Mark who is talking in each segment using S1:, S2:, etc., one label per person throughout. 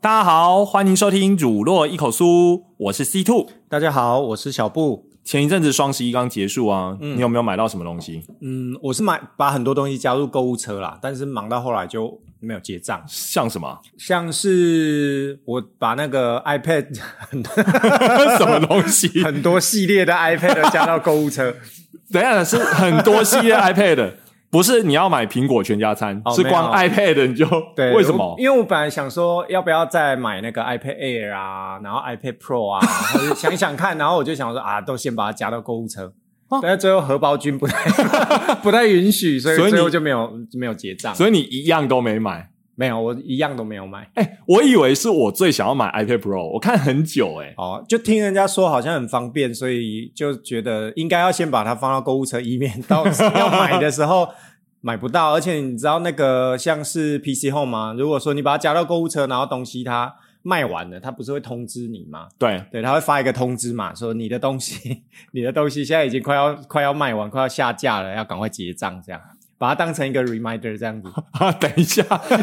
S1: 大家好，欢迎收听《乳酪一口酥》，我是 C Two。
S2: 大家好，我是小布。
S1: 前一阵子双十一刚结束啊，你有没有买到什么东西？
S2: 嗯，我是买把很多东西加入购物车啦，但是忙到后来就没有结账。
S1: 像什 么
S2: 像是我把那个 iPad 很多
S1: 什么东西？
S2: 很多系列的 iPad 加到购物 车，
S1: 等一下是很多系列 iPad，不是你要买苹果全家餐，
S2: 哦
S1: 是光
S2: 没
S1: iPad 你就
S2: 对，
S1: 为什
S2: 我
S1: 么？
S2: 因为我本来想说要不要再买那个 iPad Air 啊，然后 iPad Pro 啊，或者想一想 看，然后我就想说啊，都先把它加到购物车。但是最后荷包君不太 不太允许，所以
S1: 所以你
S2: 最后就没有就没有结账，
S1: 所以你一样都没买。
S2: 没有，我一样都没有买。
S1: 哎、我以为是我最想要买 iPad Pro，我看很久哎、
S2: 哦，就听人家说好像很方便，所以就觉得应该要先把它放到购物车，以免到要买的时候买不到。而且你知道那个像是 PC Home 吗？如果说你把它加到购物车，然后东西它卖完了，它不是会通知你吗？
S1: 对，
S2: 对，它会发一个通知嘛，说你的东西， 你的东西现在已经快要快要卖完，快要下架了，要赶快结账，这样把它当成一个 reminder 这样子。
S1: 啊，等一下，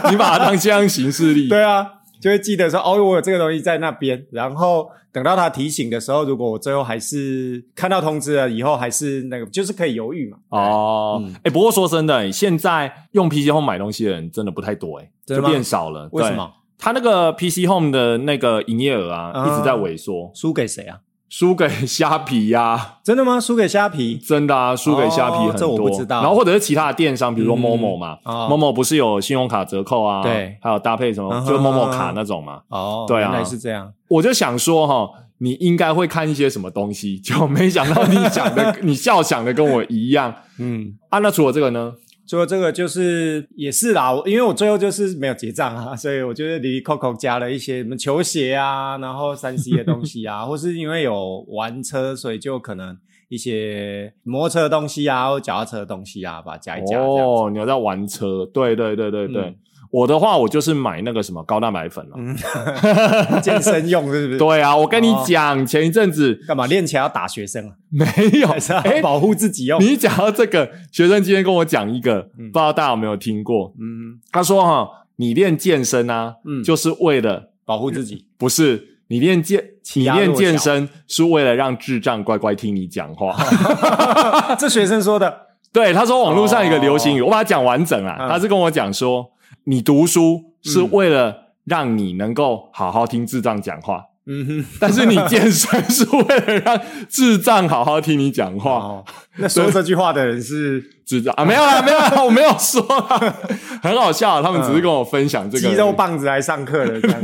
S1: 你把它当这样行事历，
S2: 对啊，就会记得说哦，我有这个东西在那边。然后等到他提醒的时候，如果我最后还是看到通知了，以后还是那个，就是可以犹豫嘛。
S1: 哦，哎、
S2: 嗯
S1: 不过说真的、现在用 PC Home 买东西的人真的不太多、哎，
S2: 真
S1: 就
S2: 的吗
S1: 变少了。
S2: 为什
S1: 对？
S2: 么
S1: 它那个 PC Home 的那个营业额啊，
S2: 啊
S1: 一直在萎缩，
S2: 输给谁啊？
S1: 输给虾皮呀、
S2: 真的吗？输给虾皮？
S1: 真的啊，输给虾皮很多。
S2: 哦这我不知道
S1: 然后或者是其他的电商，比如说
S2: 嗯
S1: Momo 嘛、
S2: 哦
S1: m o m o 不是有信用卡折扣啊，
S2: 对
S1: 还有搭配什么，
S2: 嗯哼
S1: 就是 Momo 卡那种嘛。
S2: 哦
S1: 对啊
S2: 原来是这样。
S1: 我就想说哈，你应该会看一些什么东西，就没想到你想 的，你笑想的跟我一样
S2: 嗯，
S1: 啊。那除了这个呢？
S2: 除了这个就是也是啦，我因为我最后就是没有结账啊， 所以我就是离 Coco 加了一些什么球鞋啊，然后三 C 的东 西啊，或是因为有玩车，所以就可能一些摩托车的东西啊，或脚踏车的东西啊，把它加一加这样子。
S1: 哦，你有在玩车？对对对对对。
S2: 嗯
S1: 我的话，我就是买那个什么高蛋白粉了、
S2: 嗯， 健身用是不是？
S1: 对啊，我跟你
S2: 哦
S1: 讲，前一阵子
S2: 干嘛练起来要打学生啊？
S1: 没有，
S2: 还是要
S1: 哎
S2: 保护自己用？
S1: 你讲到这个，学生今天跟我讲一个，不知道大家有没有听过？
S2: 嗯
S1: 他说哈，你练健身啊，
S2: 嗯，就
S1: 就是为了
S2: 保护自 己。
S1: 不是你练健，你
S2: 压
S1: 练
S2: 弱
S1: 健
S2: 小
S1: 身是为了让智障乖乖听你讲话。
S2: 啊这学生说的，
S1: 对，他说网络上一个流行语，我把它讲完整啊，
S2: 哦嗯
S1: 他是跟我讲说，你读书是
S2: 嗯
S1: 为了让你能够好好听智障讲话。
S2: 嗯哼，
S1: 但是你健 身是为了让智障好好听你讲话，
S2: 哦， 那说这句话的人是
S1: 智障啊，没有啦，没有啦，我没有说 啦，很好笑啊，他们只是跟我分享这个
S2: 肌嗯肉。棒子来上课的，这样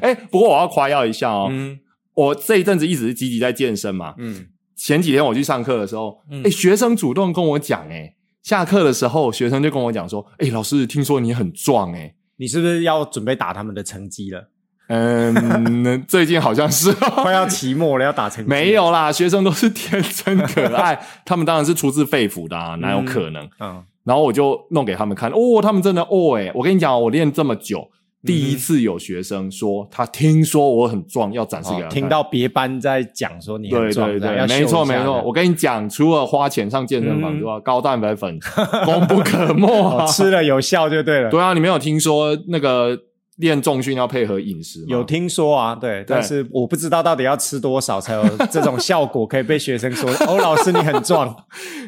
S1: 哎、不过我要夸耀一下哦，
S2: 嗯
S1: 我这一阵子一直是积极在健身嘛。
S2: 嗯，
S1: 前几天我去上课的时候，哎、
S2: 嗯
S1: 学生主动跟我讲、哎，下课的时候学生就跟我讲说，哎、老师，听说你很壮、哎。
S2: 你是不是要准备打他们的成绩 了？
S1: 嗯， 最近好像是 哦
S2: 快要期末了，要打成绩？
S1: 没，有啦，学生都是天真可 爱，他们当然是出自肺腑的、啊，哪有
S2: 嗯
S1: 可能？
S2: 嗯，
S1: 然后我就弄给他们看，哦，他们真的哦，哎，我跟你讲，我练这么久，第一
S2: 嗯哼
S1: 次有学生说他听说我很壮，要展示给他
S2: 哦
S1: 看
S2: 听。到别班在讲说你很
S1: 对
S2: 壮
S1: 对
S2: 这样要
S1: 对，
S2: 秀
S1: 没错
S2: 一下
S1: 没
S2: 这
S1: 错，
S2: 样
S1: 我跟你讲，除了花钱上健身房
S2: 嗯
S1: 之外，高蛋白 粉功不可没啊
S2: 哦。吃了有效就对了。
S1: 对啊，你没有听说那个练重训要配合饮食吗？
S2: 有听说啊，对，但是我不知道到底要吃多少才有这种效果，可以被学生说哦，老师你很壮，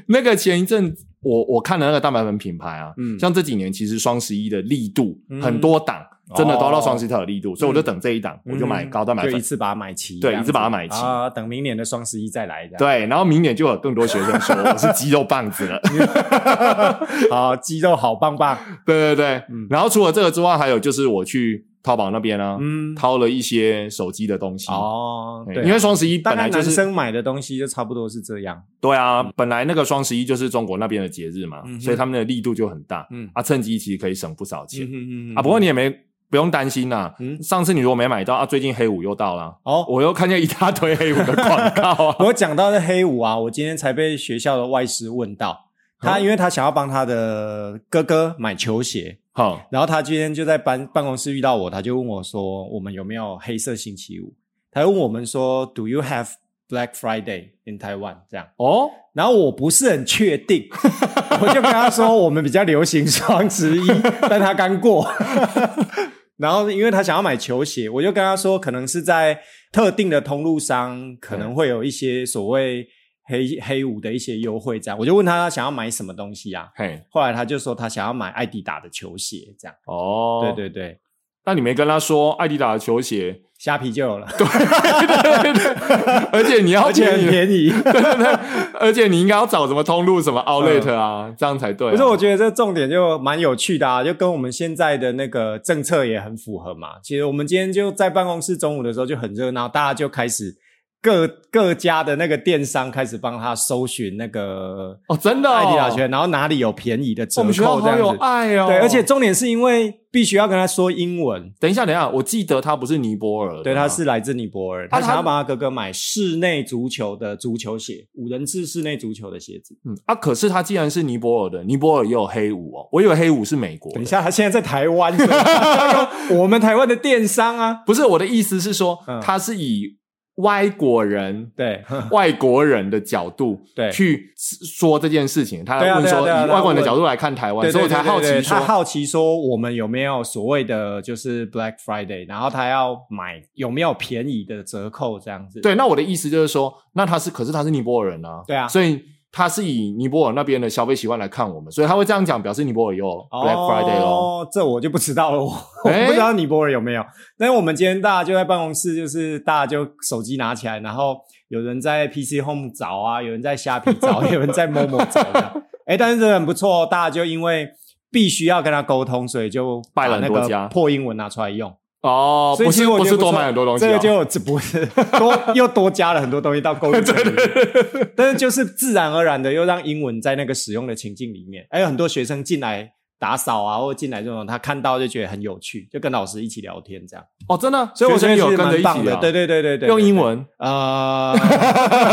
S1: 那个前一阵我我看了那个蛋白粉品牌啊，
S2: 嗯
S1: 像这几年其实双十一的力度、
S2: 嗯
S1: 很多档，真的都到
S2: 哦
S1: 双十一才有力度，所以我就等这一档，我就买高蛋白
S2: 嗯就
S1: 粉
S2: 一。次把它买齐，
S1: 对
S2: 这样
S1: 一
S2: 子
S1: 次把它买齐
S2: 啊，等明年的双十一再来，这样，
S1: 对，然后明年就有更多学生说我是肌肉棒子 了。
S2: 好，肌肉好棒棒，
S1: 对对对，
S2: 嗯
S1: 然后除了这个之外，还有就是我去淘宝那边啊，
S2: 嗯，
S1: 淘了一些手机的东西。
S2: 哦，
S1: 哎
S2: 对啊，
S1: 因为双十一
S2: 大
S1: 本
S2: 概
S1: 来就
S2: 男
S1: 是
S2: 生买的东西就差不多是这样，
S1: 对啊，本来那个双十一就是中国那边的节日嘛，
S2: 嗯哼
S1: 所以他们的力度就很大
S2: 嗯
S1: 啊，趁机其实可以省不少钱
S2: 嗯
S1: 啊。不过你也没不用担心啦，
S2: 嗯
S1: 上次你如果没买到啊，最近黑五又到了，
S2: 哦，
S1: 我又看见一大堆黑五的广告 啊。
S2: 我讲到的黑五啊，我今天才被学校的外师问到，他
S1: 哦
S2: 因为他想要帮他的哥哥买球鞋，
S1: 好，
S2: 然后他今天就在办办公室遇到我，他就问我说，我们有没有黑色星期五？他又问我们说，Do you have Black Friday in Taiwan？这样，
S1: 哦，
S2: 然后我不是很确定，我就跟他说，我们比较流行双十一，但他刚过。 然后，因为他想要买球鞋，我就跟他说，可能是在特定的通路商可能会有一些所谓黑黑五的一些优惠，这样。我就问他想要买什么东西啊？
S1: 嘿，
S2: 后来他就说他想要买艾迪达的球鞋，这样。
S1: 哦，
S2: 对，对对，
S1: 那你没跟他说艾迪达的球 鞋，
S2: 虾皮就有了，
S1: 而且你要
S2: 而且很
S1: 便宜，
S2: 便宜。
S1: 对对对， 而且你应该要找什么通路、什么 outlet 啊，这样才对、啊。
S2: 嗯可是我觉得这重点就蛮有趣的啊，就跟我们现在的那个政策也很符合嘛。其实我们今天就在办公室中午的时候就很热闹，大家就开始各各家的那个电商开始帮他搜寻那个
S1: 哦，真的、哦，
S2: 艾迪达圈，然后哪里有便宜的折
S1: 我们学校
S2: 扣这
S1: 好
S2: 样
S1: 有
S2: 子。
S1: 爱哦。
S2: 对，而且重点是因为必须要跟他说英文，
S1: 等一下，等一下，我记得他不是尼泊尔的啊，
S2: 对，他是来自尼泊尔，
S1: 啊
S2: 他想
S1: 他
S2: 要帮他哥哥买室内足球的足球鞋，五人制室内足球的鞋子。
S1: 嗯啊，可是他既然是尼泊尔的，尼泊尔也有黑五哦，我以为黑五是美国的。
S2: 等一下，他现在在台湾，所以 他用我们台湾的电商啊，
S1: 不是我的意思是说，
S2: 嗯
S1: 他是以外国人、
S2: 对
S1: 外国人的角度
S2: 对
S1: 去说这件事情，他
S2: 对
S1: 来
S2: 啊
S1: 问说
S2: 对啊对啊
S1: 以
S2: 对啊
S1: 外国人的角度来看台湾，
S2: 对，
S1: 所以我才
S2: 对对
S1: 好
S2: 对
S1: 奇
S2: 他
S1: 说，
S2: 好奇说我们有没有所谓的就是 Black Friday，然后他要买有没有便宜的折扣这样子。
S1: 对，那我的意思就是说，那他是，可是他是尼泊尔人啊，
S2: 对啊
S1: 所以。他是以尼泊尔那边的消费习惯来看我们，所以他会这样讲，表示尼泊尔有 Black Friday 咯。
S2: 哦，这我就不知道了，我我
S1: 哎
S2: 不知道尼泊尔有没有。但是我们今天大家就在办公室，就是大家就手机拿起来，然后有人在 PC Home 找啊，有人在虾皮找， 有人在 Momo 找的。哎，但是真的很不错哦，大家就因为必须要跟他沟通，所以就把
S1: 拜了很
S2: 那
S1: 多
S2: 个
S1: 家
S2: 破英文拿出来用。
S1: 哦，
S2: 所以
S1: 不
S2: 其
S1: 是
S2: 实我
S1: 不
S2: 觉
S1: 是
S2: 得
S1: 多
S2: 错
S1: 买很多东西、啊，
S2: 这个就只不是多又多加了很多东西到购物车 里面，但是就是自然而然的又让英文在那个使用的情境里面，还有很多学生进来打扫啊，或者进来这种他看到就觉得很有趣，就跟老师一起聊天这样，
S1: 哦，真的，
S2: 所以我
S1: 学
S2: 觉得
S1: 生有
S2: 是
S1: 跟着
S2: 蛮
S1: 一
S2: 棒
S1: 起
S2: 的，
S1: 啊
S2: 对对对对对，
S1: 用英
S2: 文
S1: 文
S2: 啊，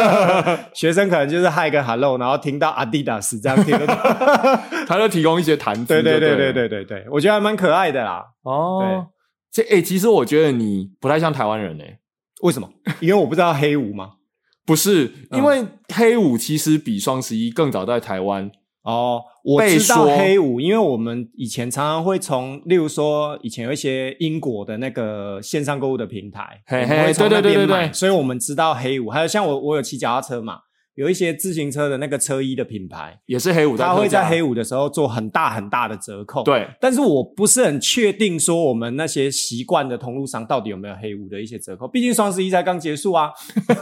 S2: 学生可能就是嗨个 hello，然后听到 Adidas 这样 听得到，
S1: 他就提供一些谈资。
S2: 对对
S1: 对
S2: 对对，对对对，我觉得还蛮可爱的啦，
S1: 哦，这诶、其实我觉得你不太像台湾人诶、
S2: 为什么？因为我不知道黑五嘛。
S1: 不是
S2: 嗯
S1: 因为黑五其实比双十一更早在台湾，
S2: 哦，我
S1: 被
S2: 知道
S1: 说
S2: 黑五，因为我们以前常常会从，例如说以前有一些英国的那个线上购物的平台，
S1: 嘿
S2: 我们会
S1: 嘿
S2: 从
S1: 对
S2: 那
S1: 对
S2: 边
S1: 对对
S2: 买
S1: 对
S2: 所以我们知道黑五。还有像我，我有骑脚踏车嘛，有一些自行车的那个车衣的品牌，
S1: 也是黑五在
S2: 它会在黑
S1: 五
S2: 五的时候做很大很大的折扣。，
S1: 对
S2: 但是我不是很确定说我们那些习惯的通路商到底有没有黑五的一些折扣，毕竟双十一才刚结束啊，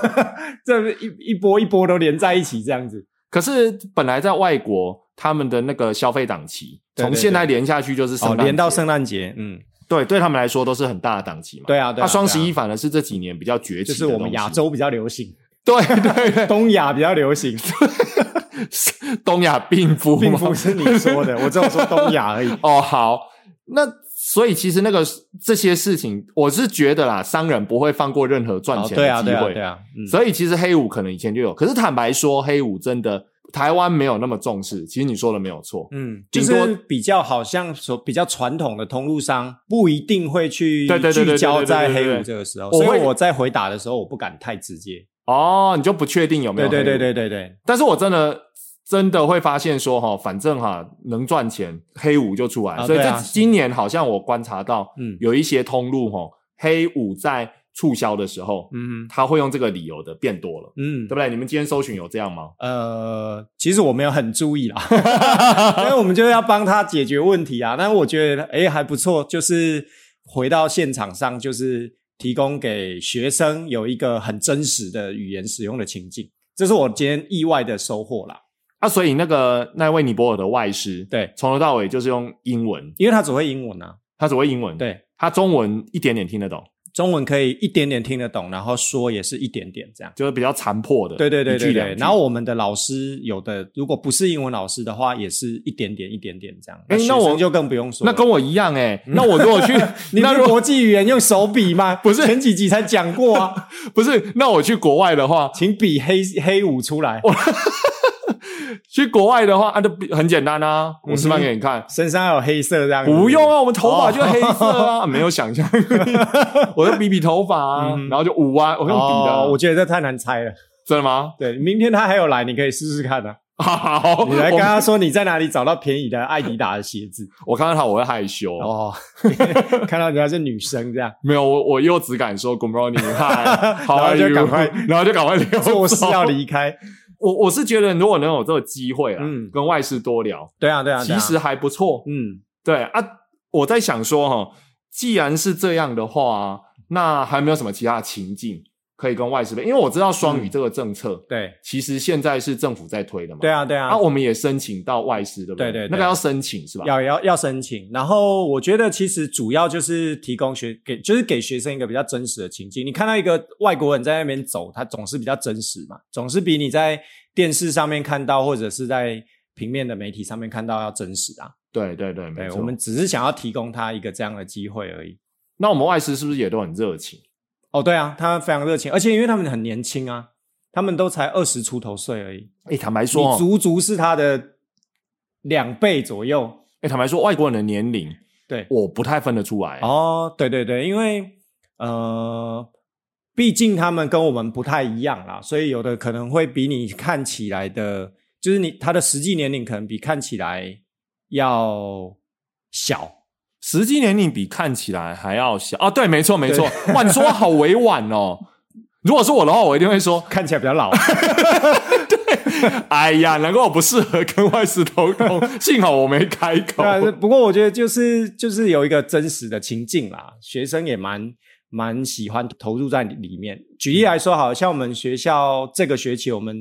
S2: 这一一波一波都连在一起这样子。
S1: 可是本来在外国他们的那个消费档期，
S2: 对对
S1: 从现在连下去就是圣
S2: 哦，
S1: 诞节、
S2: 连到圣诞节，嗯。
S1: 对对他们来说都是很大的档期嘛。
S2: 对啊，对
S1: 那
S2: 啊，
S1: 双十
S2: 对啊
S1: 一反而是这几年比较崛起，
S2: 就是我们亚，洲比较流行，
S1: 对对对，
S2: 东亚比较流行，
S1: 东亚病夫嘛，
S2: 并不是你说 的，我只有说东亚而已。
S1: 哦，好，那所以其实那个这些事情，我是觉得啦，商人不会放过任何赚
S2: 哦
S1: 钱的
S2: 对
S1: 机会。
S2: 啊，对啊，对啊，嗯，
S1: 所以其实黑五可能以前就有，可是坦白说，黑五真的台湾没有那么重视。其实你说的没有错，
S2: 嗯，就
S1: 顶
S2: 是
S1: 多
S2: 比较好像所比较传统的通路商不一定会去
S1: 对对对对
S2: 聚焦
S1: 对对对
S2: 在
S1: 对对
S2: 黑
S1: 对
S2: 五这个时候，
S1: 我会
S2: 所以我在回答的时候我不敢太直接。
S1: 哦，你就不确定有没
S2: 对
S1: 有
S2: 对
S1: 黑
S2: 对
S1: 五
S2: 对对对，
S1: 但是我真的真的会发现说哈，反正哈能赚钱，黑五就出来。
S2: 啊
S1: 所以
S2: 对
S1: 在
S2: 啊
S1: 今年好像我观察到，
S2: 嗯
S1: 有一些通路哈，黑五在促销的时候，
S2: 嗯
S1: 他会用这个理由的变多了，
S2: 嗯
S1: 对不，对？你们今天搜寻有这样吗？
S2: 呃，其实我没有很注意啦， 因为我们就是要帮他解决问题啊。但我觉得，哎，还不错，就是回到现场上，就是提供给学生有一个很真实的语言使用的情境，这是我今天意外的收获啦。
S1: 啊，所以那个那位尼泊尔的外师，
S2: 对，
S1: 从头到尾就是用英文，
S2: 因为他只会英文啊，
S1: 他只会英文，，
S2: 对，
S1: 他中文一点点听得懂，
S2: 中文可以一点点听得懂，然后说也是一点点这样。
S1: 就是比较残破的，
S2: 对对对
S1: 一句
S2: 对
S1: 两
S2: 对，
S1: 句
S2: 然后我们的老师有的，如果不是英文老师的话，也是一点点一点点这样。
S1: 诶
S2: 学
S1: 那我
S2: 生就更不用说了，
S1: 那跟我一样哎、那我如果 去，
S2: 你
S1: 那
S2: 们
S1: 如果
S2: 国际语言用手比 吗？不是，前几集才讲过啊，
S1: 不是，那我去国外的话，哦
S2: 请比黑黑五出来。我
S1: 去国外的话，啊，就比很简单啊，我示范给你看。
S2: 身上还有黑色这样子，哦
S1: 不用啊，我们头发就黑色 啊，没有想象力，我就比比头发啊，
S2: 嗯
S1: 然后就五啊，我用比的啊，
S2: 哦我觉得这太难猜了。
S1: 真的吗？
S2: 对，明天他还有来，你可以试试看啊。
S1: 好，
S2: 你来
S1: 我
S2: 跟他说你在哪里找到便宜的艾迪达的鞋子
S1: 我看到他我会害羞，
S2: 哦， 看到人家是女生 这样，
S1: 没有，我我又只敢说 Good morning，嗨，好，
S2: 然后就赶快，
S1: 然后就赶快溜
S2: 做事
S1: 走
S2: 要离开。
S1: 我我是觉得，如果能有这个机会啊，
S2: 嗯
S1: 跟外事多聊，
S2: 对啊，对啊，对
S1: 其
S2: 啊
S1: 实还不错。
S2: 嗯，
S1: 对啊，我在想说哈，既然是这样的话，那还没有什么其他的情境可以跟外事聊？因为我知道双
S2: 嗯
S1: 语这个政策，
S2: 对，
S1: 其实现在是政府在推的嘛。
S2: 对啊，对
S1: 啊，
S2: 啊，
S1: 我们也申请到外事，对不对
S2: 对对对
S1: 那个要申请是吧？
S2: 要要要申请。然后我觉得其实主要就是提供学给，就是给学生一个比较真实的情境。你看到一个外国人在那边走，他总是比较真实嘛，总是比你在电视上面看到或者是在平面的媒体上面看到要真实啊。
S1: 对对对，没
S2: 对，
S1: 错。
S2: 我们只是想要提供他一个这样的机会而已。
S1: 那我们外事是不是也都很热情？
S2: 哦，对啊，他非常热情，而且因为他们很年轻啊，他们都才二十出头岁而已，
S1: 哎，坦白
S2: 你
S1: 说哦，
S2: 足足是他的两倍左右。
S1: 哎，坦白说，外国人的年龄
S2: 对，
S1: 我不太分得出来。
S2: 哦，对对对，因为呃，毕竟他们跟我们不太一样啦，所以有的可能会比你看起来的，就是你他的实际年龄可能比看起来要小。
S1: 实际年龄比看起来还要小啊！对，没错，没错。哇，你说我好委婉哦。如果是我的话，我一定会说
S2: 看起来比较老，：“
S1: 哎呀，难怪我不适合跟外事头痛，幸好我没开口
S2: 对。啊，不过我觉得就是就是有一个真实的情境啦，学生也蛮蛮喜欢投入在里面。举例来说好，像我们学校这个学期，我们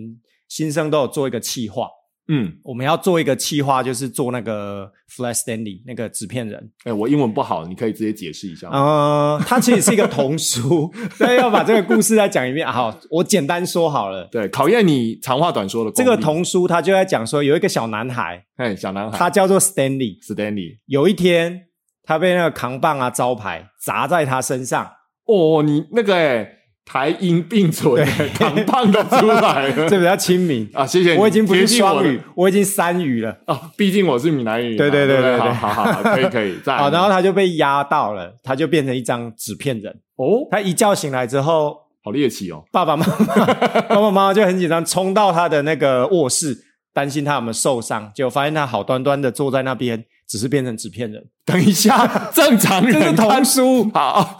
S2: 新生都有做一个企划，”
S1: 嗯，
S2: 我们要做一个企划，就是做那个 Flash Stanley 那个纸片人。
S1: 哎、我英文不好，你可以直接解释一下吗。
S2: 呃，它其实是一个童书， 所以要把这个故事再讲一遍、啊。好，我简单说好了。
S1: 对，考验你长话短说的功
S2: 这
S1: 力。
S2: 个童书它就在讲说，有一个小男孩，
S1: 哎，小男孩
S2: 他叫做 Stanley，
S1: Stanley。
S2: 有一天，他被那个扛棒啊招牌砸在他 身上，
S1: 哦，你那个哎、台英并存，哎扛棒的出来了。
S2: 这比较亲民。
S1: 啊，谢谢你。
S2: 我已经不是
S1: 贴近我
S2: 双
S1: 的
S2: 语，我已经三语了。
S1: 啊，毕竟我是闽南语嘛。
S2: 对对
S1: 对
S2: 对
S1: 不
S2: 对对
S1: 好好好好，可以可 以。再来
S2: 好，然后他就被压到了，他就变成一张纸片人。
S1: 哦，
S2: 他一觉醒来之后，
S1: 好猎奇 哦。
S2: 爸爸妈妈、爸爸妈妈就很紧张，冲到他的那个卧室，担心他有没有受伤，结果发现他好端端的坐在那边，只是变成纸片人。
S1: 等一 下，正常
S2: 这是
S1: 人看
S2: 童书，
S1: 好，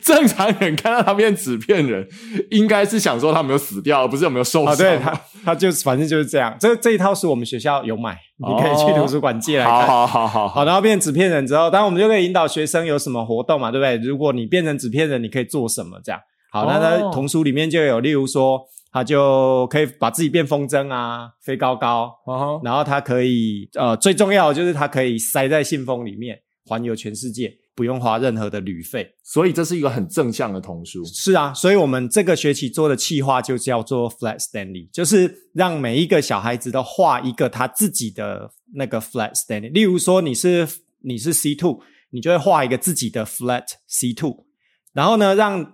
S1: 正常人看到他变纸片人，应该是想说他有没有死掉，而不是有没有受伤。
S2: 啊，对他，他就反正就是这样。这这一套书我们学校有买，你可以去图书馆借来
S1: 好
S2: 看。
S1: 好好好好，
S2: 好，然后变纸片人之后，当然我们就可以引导学生有什么活动嘛，对不对？如果你变成纸片人，你可以做什么？这样好，那
S1: 哦
S2: 他童书里面就有，例如说，他就可以把自己变风筝啊，飞高高，
S1: 哦
S2: 然后他可以呃，最重要的就是他可以塞在信封里面，环游全世界，不用花任何的旅费。
S1: 所以这是一个很正向的童书。
S2: 是啊，所以我们这个学期做的企划就叫做 Flat Stanley，就是让每一个小孩子都画一个他自己的那个 Flat Stanley。例如说你是你是 C two，你就会画一个自己的 Flat C two，然后呢，让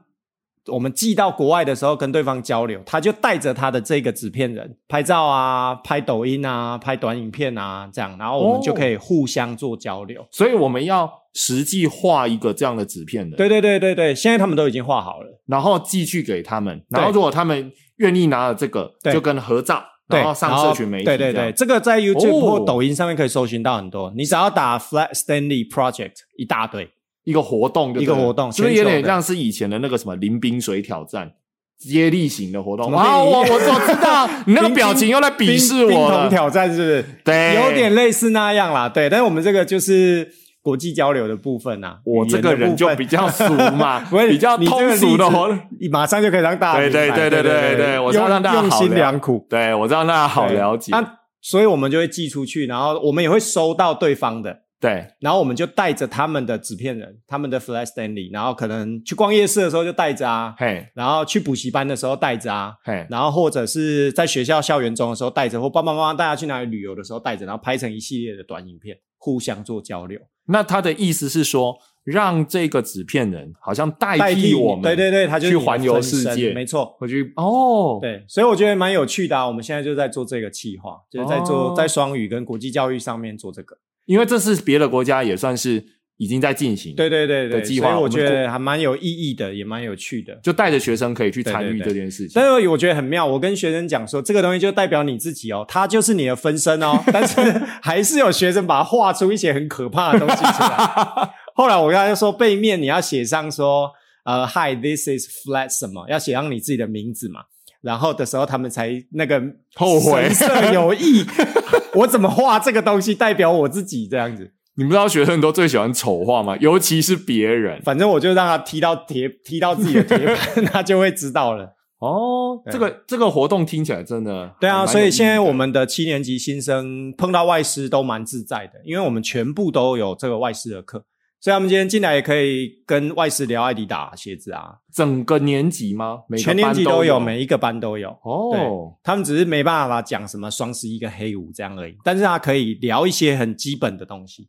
S2: 我们寄到国外的时候跟对方交流，他就带着他的这个纸片人拍照啊、拍抖音啊、拍短影片啊这样，然后我们就可以互相做交流。
S1: 所以我们要实际画一个这样的纸片人，
S2: 对对对对对，现在他们都已经画好了。
S1: 然后寄去给他们，
S2: 对
S1: 然后如果他们愿意拿了这个，
S2: 对
S1: 就跟合照，
S2: 对，
S1: 然后上社群媒体，
S2: 对对
S1: 这
S2: 对，
S1: 样，
S2: 这个在 YouTube
S1: 哦
S2: 或抖音上面可以搜寻到很多。你只要打 Flat Stanley Project 一大堆，
S1: 一个活动就对了，
S2: 一个活动
S1: 是不是有点
S2: 全球的
S1: 像是以前的那个什么临冰水挑战？接力型的活动，
S2: 怎么可以
S1: 哇，我我我知 道，你那个表情又在鄙视
S2: 冰
S1: 我
S2: 冰桶
S1: 了，
S2: 挑战是不是？
S1: 对，
S2: 有点类似那样啦，对。但是我们这个就是国际交流的部分啊，
S1: 我这个人就比较俗嘛
S2: 不是
S1: 比较通俗的活，
S2: 你这个例子你马上就可以让大家
S1: 对对
S2: 明白
S1: 对对对
S2: 对
S1: 对我是要
S2: 用
S1: 让大家
S2: 用
S1: 好
S2: 心
S1: 了
S2: 良苦，
S1: 对我让大家好
S2: 对
S1: 了解，
S2: 啊。所以我们就会寄出去，然后我们也会收到对方的，
S1: 对，
S2: 然后我们就带着他们的纸片人，他们的 Flash Stanley，然后可能去逛夜市的时候就带着啊，
S1: 嘿
S2: 然后去补习班的时候带着啊，
S1: 嘿，
S2: 然后或者是在学校校园中的时候带着，或爸爸妈妈带他去哪里旅游的时候带着，然后拍成一系列的短影片。互相做交流，
S1: 那他的意思是说，让这个纸片人好像代
S2: 代
S1: 替
S2: 替
S1: 我们，
S2: 对对对，他就是
S1: 去
S2: 你的
S1: 环游
S2: 分
S1: 世
S2: 身
S1: 界
S2: 没错。
S1: 我去哦，
S2: 对，所以我觉得蛮有趣的、啊。我们现在就在做这个企划，就是在做、
S1: 哦
S2: 在双语跟国际教育上面做这个。
S1: 因为这是别的国家也算是已经在进行，
S2: 对，对对
S1: 的
S2: 对，
S1: 计
S2: 所以
S1: 划我
S2: 我
S1: 们
S2: 觉
S1: 做
S2: 得还蛮有意义的，也蛮有趣的。
S1: 就带着学生可以去参与
S2: 对对对
S1: 这件事情。
S2: 但是我觉得很妙，我跟学生讲说，这个东西就代表你自己哦，它就是你的分身哦。但是还是有学生把它画出一些很可怕的东西出来。后来我跟他就说，背面你要写上说，呃，Hi，this is flat 什么，要写上你自己的名字嘛。然后的时候，他们才那个
S1: 后悔
S2: 神色有意， 我怎么画这个东西代表我自己这样子？
S1: 你不知道学生都最喜欢丑化吗？尤其是别人
S2: 反正我就让他踢到铁，踢到自己的铁板， 他就会知道了。
S1: 哦，这个这个活动听起来真的
S2: 对啊，
S1: 还蛮有
S2: 所以现在
S1: 意义的
S2: 我们的七年级新生碰到外师都蛮自在的，因为我们全部都有这个外师的课，所以他们今天进来也可以跟外师聊艾迪达鞋子啊，
S1: 整个年级吗？每个
S2: 全年级
S1: 班
S2: 都
S1: 都
S2: 有，每一个班都有。
S1: 哦，
S2: 他们只是没办法讲什么双十一跟黑五这样而已，但是他可以聊一些很基本的东西。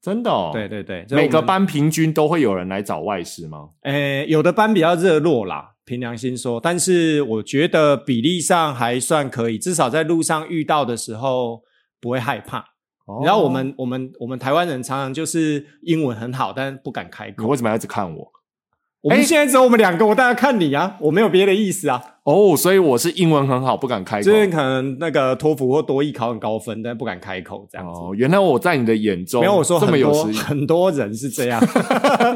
S1: 真的哦，
S2: 对对对，所
S1: 每
S2: 以我们
S1: 个，班平均都会有人来找外师吗？
S2: 诶，有的班比较热络啦，凭良心说，但是我觉得比例上还算可以，至少在路上遇到的时候不会害怕。
S1: 哦
S2: 你知道我们我们我们台湾人常常就是英文很好，但是不敢开
S1: 你
S2: 口。
S1: 为什么要一直看我？
S2: 我们现在只有我们两个，我当然看你啊，我没有别的意思啊。
S1: 哦，所以我是英文很好，不敢开口
S2: 就。是可能那个托福或多益考很高分，但不敢开口这样子。
S1: 哦，原来我在你的眼中
S2: 没有我说
S1: 这么
S2: 很
S1: 有
S2: 多
S1: 实力，
S2: 很多人是 这样，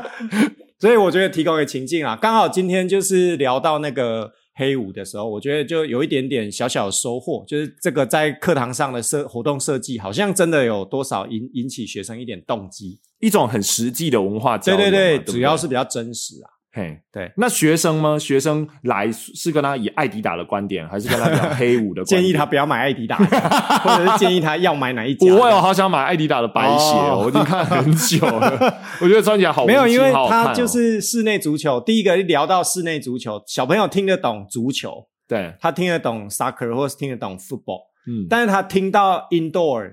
S2: 所以我觉得提供一个情境啊，刚好今天就是聊到那个黑五的时候，我觉得就有一点点小小的收获，就是这个在课堂上的设活动设计，好像真的有多少引引起学生一点动机。
S1: 一种很实际的文化交
S2: 对
S1: 流嘛。
S2: 对
S1: 对
S2: 对，
S1: 不对，
S2: 主要是比较真实啊。
S1: 嘿。
S2: 对，
S1: 那学生吗？学生来是跟他以艾迪达的观点，还是跟他讲黑五的观点？
S2: 建议他不要买艾迪达，或者是建议他要买哪一家？
S1: 不会，我哦好想买艾迪达的白鞋、哦，
S2: 哦
S1: 我已经看很久了，我觉得穿起来好
S2: 没有，
S1: 文青
S2: 因为
S1: 好好看
S2: 他
S1: 哦
S2: 就是室内足球。第一个聊到室内足球，小朋友听得懂足球，
S1: 对，
S2: 他听得懂 soccer 或是听得懂 football，
S1: 嗯，
S2: 但是他听到 indoor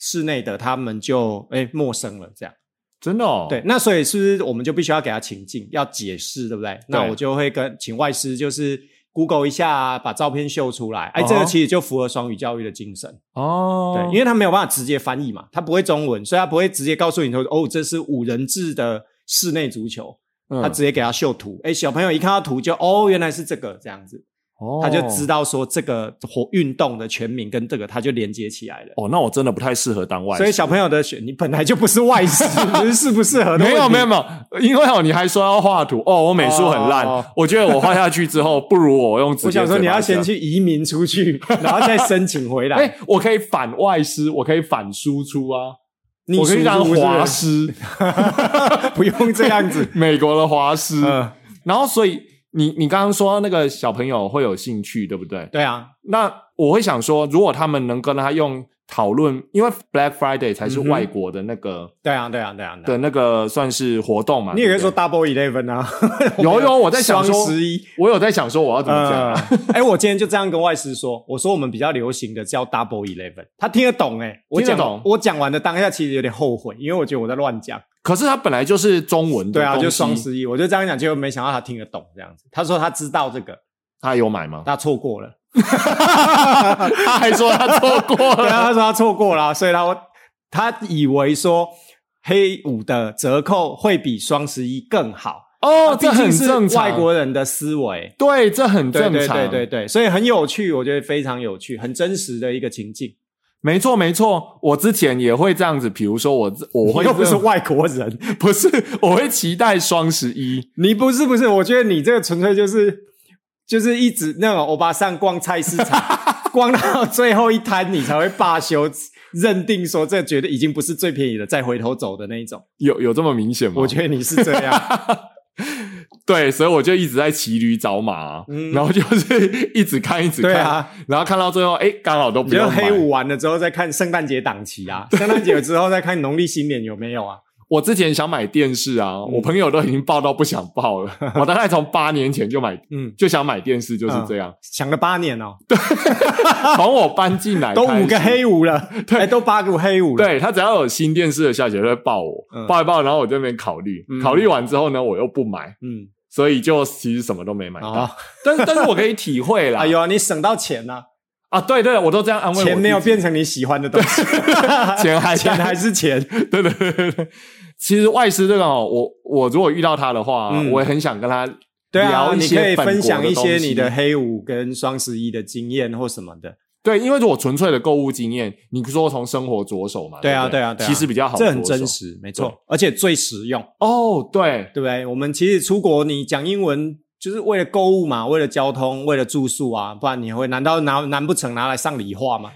S2: 室内的，他们就哎陌生了这样。
S1: 真的哦，
S2: 对，，那所以是不是我们就必须要给他情境，要解释，对不对？那我就会跟请外师就是 Google 一下啊，把照片秀出来。哎，这
S1: 哦
S2: 个其实就符合双语教育的精神。
S1: 哦，
S2: 对，因为他没有办法直接翻译嘛，他不会中文，所以他不会直接告诉你说，哦，这是五人制的室内足球，
S1: 为
S2: 他直接给他秀图，哎、小朋友一看到图就，哦，原来是这个这样子，
S1: 哦
S2: 他就知
S1: 道
S2: 道说这个活运动的全名跟这个，他就连接起来了。
S1: 哦，那我真的不太适合当外师，
S2: 所以小朋友的选，你本来就不是外事，就是适不适合的
S1: 没有
S2: 问题
S1: 没有没有，因为哦，你还说要画图哦，我美术很烂，
S2: 哦
S1: 我觉得我画下去之后，不如我用纸。
S2: 我想说你要先。去移民 出去，然后再申请回来。
S1: 哎、我可以反外师，我可以反输出啊，
S2: 你
S1: 我可以当
S2: 叔叔是不
S1: 华
S2: 是
S1: 师，。
S2: 不用这样子
S1: 美国的华师。
S2: 嗯，
S1: 然后，所以你你刚刚说那个小朋友会有兴趣，对不对？
S2: 对啊，
S1: 那我会想说，如果他们能跟他用讨论，因为 Black Friday 才是
S2: 嗯哼
S1: 外国的那个、
S2: 对啊，对啊，对啊。对啊
S1: 的那个算是活动嘛。
S2: 你也可以
S1: 对不
S2: 说
S1: 对
S2: double eleven 啊，
S1: 有有我在想说
S2: 双十一
S1: 我有在想说我要怎么讲、啊。
S2: 嗯 哎，我今天就这样跟外师说，我说我们比较流行的叫 double eleven，他听得懂哎，我
S1: 听得
S2: 讲
S1: 懂
S2: 我讲完的当下其实有点后悔，因为我觉得我在乱讲。
S1: 可是他本来就是中文的
S2: 对啊，
S1: 东
S2: 就
S1: 西
S2: 双十一，我就这样讲，结果没想到他听得懂这样子。他说他知道这个，
S1: 他有买吗？
S2: 他错 过了。
S1: 他还说他错 过
S2: 对啊，
S1: 了。
S2: 他说他错过了啊、所以他他以为说黑五的折扣会比双十一更好。
S1: 哦，
S2: 毕
S1: 这很
S2: 竟是
S1: 正常。
S2: 外国人的思维。
S1: 对，这很
S2: 对
S1: 正
S2: 对
S1: 常。
S2: 对对对，所以很有趣，我觉得非常有趣，很真实的一个情境。
S1: 没错没错。我之前也会这样子，比如说我我会
S2: 你又不是外国人，
S1: 不是我会期待双十一。
S2: 你不是不是，我觉得你这个纯粹就是就是一直那种欧巴桑逛菜市 场，逛到最后一摊，你才会罢休，认定说这绝对已经不是最便宜的，再回头走的那一种。
S1: 有有这么明显吗？
S2: 我觉得你是这样。
S1: 对，所以我就一直在骑驴找马、啊
S2: 嗯
S1: 然后就是一直看，一直看，
S2: 对啊
S1: 然后看到最后，哎，刚好都不
S2: 你就
S1: 用买
S2: 黑，五完了之后再看圣诞节档期啊，圣诞节之后再看农历新年有没有啊？
S1: 我之前想买电视啊，
S2: 嗯
S1: 我朋友都已经报到不想报 了。我大概从八年前就买，
S2: 嗯，
S1: 就想买电视，就是这样。
S2: 想了八年哦，
S1: 从我搬进来
S2: 啊都
S1: 开始
S2: 五个黑五了，哎，都八个黑五了，，
S1: 对他只要有新电视的消息，他就会报我，
S2: 嗯
S1: 报一报，然后我这边考虑，
S2: 嗯
S1: 考虑完之后呢，我又不买，
S2: 嗯，
S1: 所以就其实什么都没买到。
S2: 啊，
S1: 但但是我可以体会 啦，
S2: 哎呦，你省到钱了，
S1: 啊，对对，我都这样安慰我
S2: 钱没有
S1: 自己
S2: 变成你喜欢的东 西，
S1: 钱还
S2: 钱还是钱，
S1: 对对对对对。其实外师这个哦，我我如果遇到他的话，
S2: 嗯
S1: 我也很想跟他
S2: 对啊，
S1: 聊一
S2: 你
S1: 些
S2: 可以
S1: 本国
S2: 分享一些
S1: 东西
S2: 你的黑五跟双十一的经验或什么的，
S1: 对，因为如果纯粹的购物经验，你说从生活着手嘛，
S2: 对啊
S1: 不对
S2: 对啊对啊
S1: 其实比较好，
S2: 这很真。实，没
S1: 对
S2: 错，而且最实用，
S1: 哦，对，
S2: 对不对？我们其实出国，你讲英文就是为了购物嘛，为了交通，为了住宿啊，不然你会难道拿难不成拿来上理化 吗？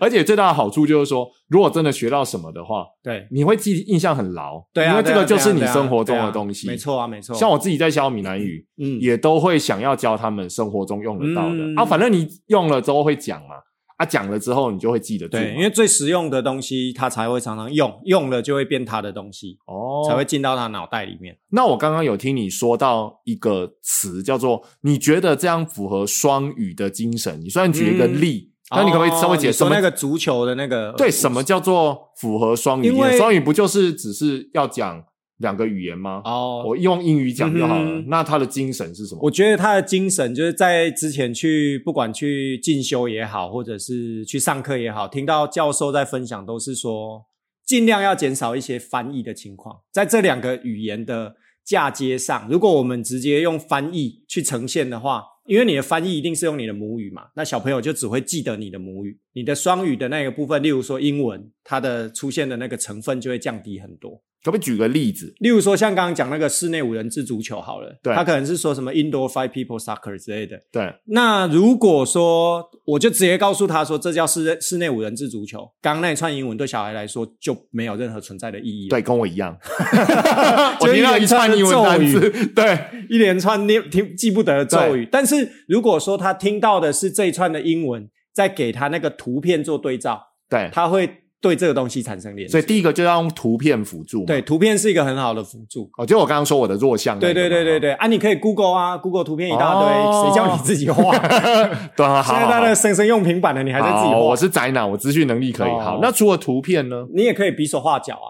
S1: 而且最大的好处就是说，如果真的学到什么的话，
S2: 对，
S1: 你会记印象很牢，
S2: 对啊，
S1: 因为这个
S2: 对
S1: 就
S2: 啊
S1: 是你
S2: 对啊
S1: 生活中
S2: 对啊
S1: 的东西，
S2: 没。错啊，没错。
S1: 像我自己在教闽南语，
S2: 嗯，
S1: 也都会想要教他们生活中用得到的、
S2: 嗯
S1: 啊，反正你用了之后会讲嘛，啊，讲了之后你就会记得住嘛，
S2: 对，因为最实用的东西，他才会常常用，用了就会变他的东西，
S1: 哦，
S2: 才会进到他脑袋里面。
S1: 那我刚刚有听你说到一个词，叫做你觉得这样符合双语的精神。你虽然举一个例，那、你可不可以稍微解释
S2: 嗯哦你说
S1: 什么
S2: 那个足球的那个
S1: 对什么叫做符合双语
S2: 因为
S1: 精神？双语不就是只是要讲两个语言吗？
S2: 哦？
S1: 我用英语讲就好了。
S2: 嗯哼
S1: 那它的精神是什么？
S2: 我觉得他的精神就是在之前去，不管去进修也好，或者是去上课也好，听到教授在分享，都是说尽量要减少一些翻译的情况。在这两个语言的嫁接上，如果我们直接用翻译去呈现的话，因为你的翻译一定是用你的母语嘛，那小朋友就只会记得你的母语，你的双语的那个部分，例如说英文，它的出现的那个成分就会降低很多。
S1: 可不可以举个例子？
S2: 例如说，像刚刚讲那个室内五人制足球好了，
S1: 对
S2: 他可能是说什么 indoor five people soccer 之类的。
S1: 对，
S2: 那如果说我就直接告诉他说，这叫室室内五人制足球，刚刚那一串英文对小孩来说就没有任何存在的意义。，。
S1: 对，跟我一样我听到一串英文单
S2: 就
S1: 词，对，
S2: 一连串念听记不得的咒语。但是如果说他听到的是这一串的英文，再给他那个图片做对照，
S1: 对，
S2: 他会对这个东西产生联
S1: 所以。
S2: 想
S1: 第一个就要用图片辅助嘛。
S2: 对，，图片是一个很好的辅助。
S1: 哦，就我刚刚说我的弱项那
S2: 对
S1: 个嘛。
S2: 对对对对啊！你可以 Google 啊，Google 图片一大堆，
S1: 哦
S2: 谁叫你自己画？
S1: 哈，对啊，好
S2: 现
S1: 好
S2: 在
S1: 好
S2: 他的生生用平板了，你还在自己
S1: 好
S2: 画？
S1: 我是宅男，我资讯能力可以。
S2: 哦？
S1: 好，那除了图片呢
S2: 你也可以比手画脚啊，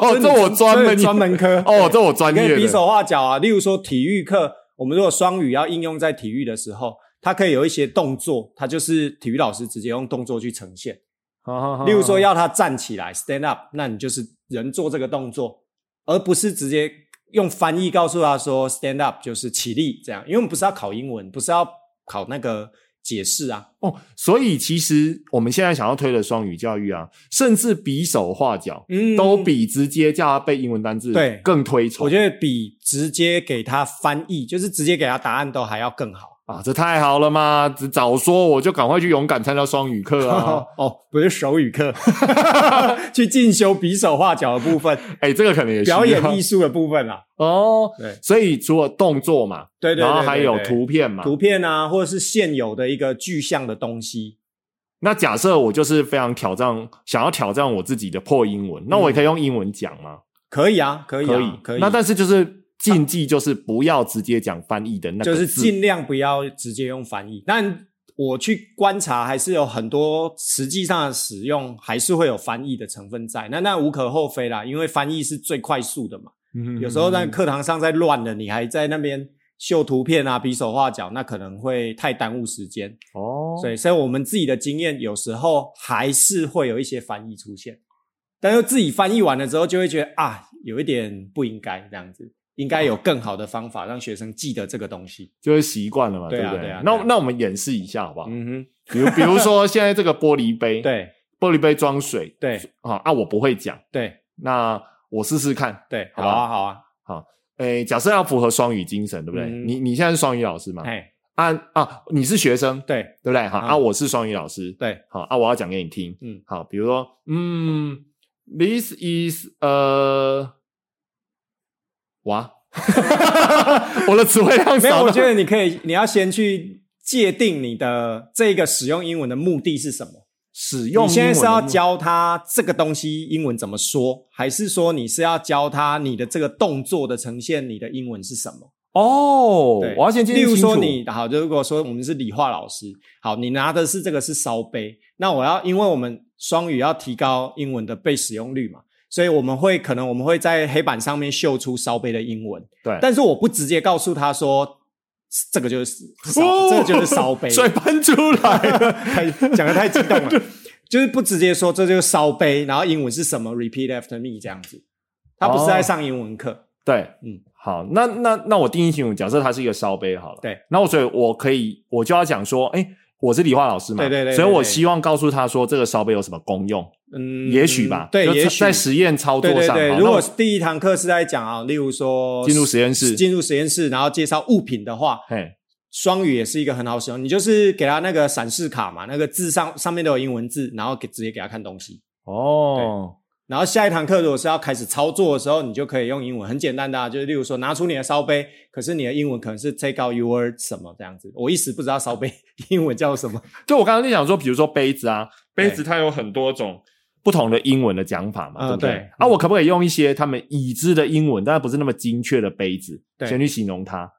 S1: 哦这我专门
S2: 哦这是专门科
S1: 哦，这我专
S2: 你可
S1: 业
S2: 以
S1: 的。
S2: 比手画脚啊。例如说体育课，我们如果双语要应用在体育的时候，它可以有一些动作，它就是体育老师直接用动作去呈现。
S1: 好，好好
S2: 例如说要他站起来 stand up，那你就是人做这个动作，而不是直接用翻译告诉他说 stand up 就是起立这样，因为我们不是要考英文，不是要考那个解释啊。
S1: 哦，所以其实我们现在想要推的双语教育啊，甚至比手画脚，
S2: 嗯
S1: 都比直接叫他背英文单字
S2: 对
S1: 更推崇。
S2: 我觉得比直接给他翻译，就是直接给他答案都还要更好。
S1: 啊，这太好了嘛！只早说我就赶快去勇敢参加双语课啊
S2: 哦！ 哦，不是手语课， 去进修比手画脚的 部分，
S1: 哎、这个可能也需要
S2: 表演艺术的部分啦。
S1: 哦。
S2: 对
S1: 所以除了动作嘛，
S2: 对对对
S1: 然后还有
S2: 对对
S1: 图片嘛，
S2: 图片啊，或者是现有的一个具象的东西。
S1: 那假设我就是非常挑战，想要挑战我自己的破英文，那我也可以用英文讲吗？
S2: 可以啊，嗯可以、啊，
S1: 可
S2: 可
S1: 以，
S2: 可
S1: 那但是就是禁忌，就是不要直接讲翻译的那
S2: 就
S1: 个
S2: 是
S1: 字
S2: 尽量不要直接用翻译。但我去观察，还是有很多实际上的使用，还是会有翻译的成分在。那那无可厚非啦，因为翻译是最快速的嘛。
S1: 嗯
S2: 有时候在课堂上在乱了，你还在那边秀图片啊、比手画脚，那可能会太耽误时间。
S1: 哦，
S2: 所以，所以我们自己的经验，有时候还是会有一些翻译出现，但是自己翻译完了之后，就会觉得啊，有一点不应该这样子，应该有更好的方法让学生记得这个东西。
S1: 就会习惯了嘛，
S2: 对啊
S1: 不对？
S2: 对啊
S1: 那
S2: 对啊
S1: 那我们演示一下好不好？
S2: 嗯
S1: 比如比如说现在这个玻璃杯，
S2: 哼，，对
S1: 玻璃杯装水
S2: 对
S1: 啊啊，我不会讲，
S2: 对
S1: 那我试试看。
S2: 对，
S1: 好
S2: 好
S1: 吧
S2: 啊好啊，
S1: 诶，假设要符合双语精神，对不对？
S2: 嗯
S1: 你你现在是双语老师嘛？
S2: 哎，
S1: 啊啊，你是学生，
S2: 对
S1: 对不对？好啊，
S2: 嗯
S1: 我是双语老师，
S2: 对，
S1: 好啊，我要讲给你听。
S2: 嗯
S1: 好，比如说，嗯，this is 呃，哇， 我的词汇量
S2: 没有，
S1: 少
S2: 我
S1: 到
S2: 觉得你可以，你要先去界定你的这个使用英文的目的是什么。
S1: 使用
S2: 你
S1: 英
S2: 现在
S1: 文
S2: 是要
S1: 的
S2: 教他这个东西英文怎么说，还是说你是要教他你的这个动作的呈现，你的英文是什么？
S1: 哦
S2: 对，，
S1: 我要先听
S2: 例如
S1: 清
S2: 说
S1: 楚
S2: 你好，就如果说我们是理化老师，好，你拿的是这个是烧杯，那我要因为我们双语要提高英文的被使用率嘛，所以我们会可能我们会在黑板上面秀出烧杯的英文，
S1: 对，
S2: 但是我不直接告诉他说。这个就是烧，
S1: 哦
S2: 这个就是烧 杯，
S1: 水喷出来 了，
S2: 太讲的太激动了，就是不直接说这就是烧杯，然后英文是什么，repeat after me 这样子。他不是在上英文课，
S1: 对，
S2: 嗯
S1: 嗯，好，那那那我定义清楚，假设它是一个烧杯好了，
S2: 对，
S1: 那我所以我可以我就要讲说，哎、我是理化老师嘛，
S2: 对对对对
S1: 所以我
S2: 对
S1: 希望告诉他说这个烧杯有什么功用，
S2: 嗯，
S1: 也许吧，
S2: 对，
S1: 就
S2: 也许
S1: 在实验操作
S2: 对对
S1: 上，
S2: 对。
S1: 好
S2: 如
S1: 那
S2: 果
S1: 我
S2: 是第一堂课是在讲啊，例如说
S1: 进入实验室，
S2: 进入实验室，然后介绍物品的话，
S1: 嘿，
S2: 双语也是一个很好使用。你就是给他那个闪示卡嘛，那个字上上面都有英文字，然后给直接给他看东西。
S1: 哦，
S2: 然后下一堂课如果是要开始操作的时候，你就可以用英文，很简单的、啊，就是例如说拿出你的烧杯，可是你的英文可能是 take out your 什么这样子，我一时不知道烧杯英文叫什么。
S1: 就我刚刚在讲说，比如说杯子啊，
S2: 对
S1: 杯子它有很多种。不同的英文的讲法嘛，
S2: 嗯
S1: 对不对？
S2: 对
S1: 啊，我可不可以用一些他们已知的英文，但不是那么精确的杯子，
S2: 对
S1: 先去形容它？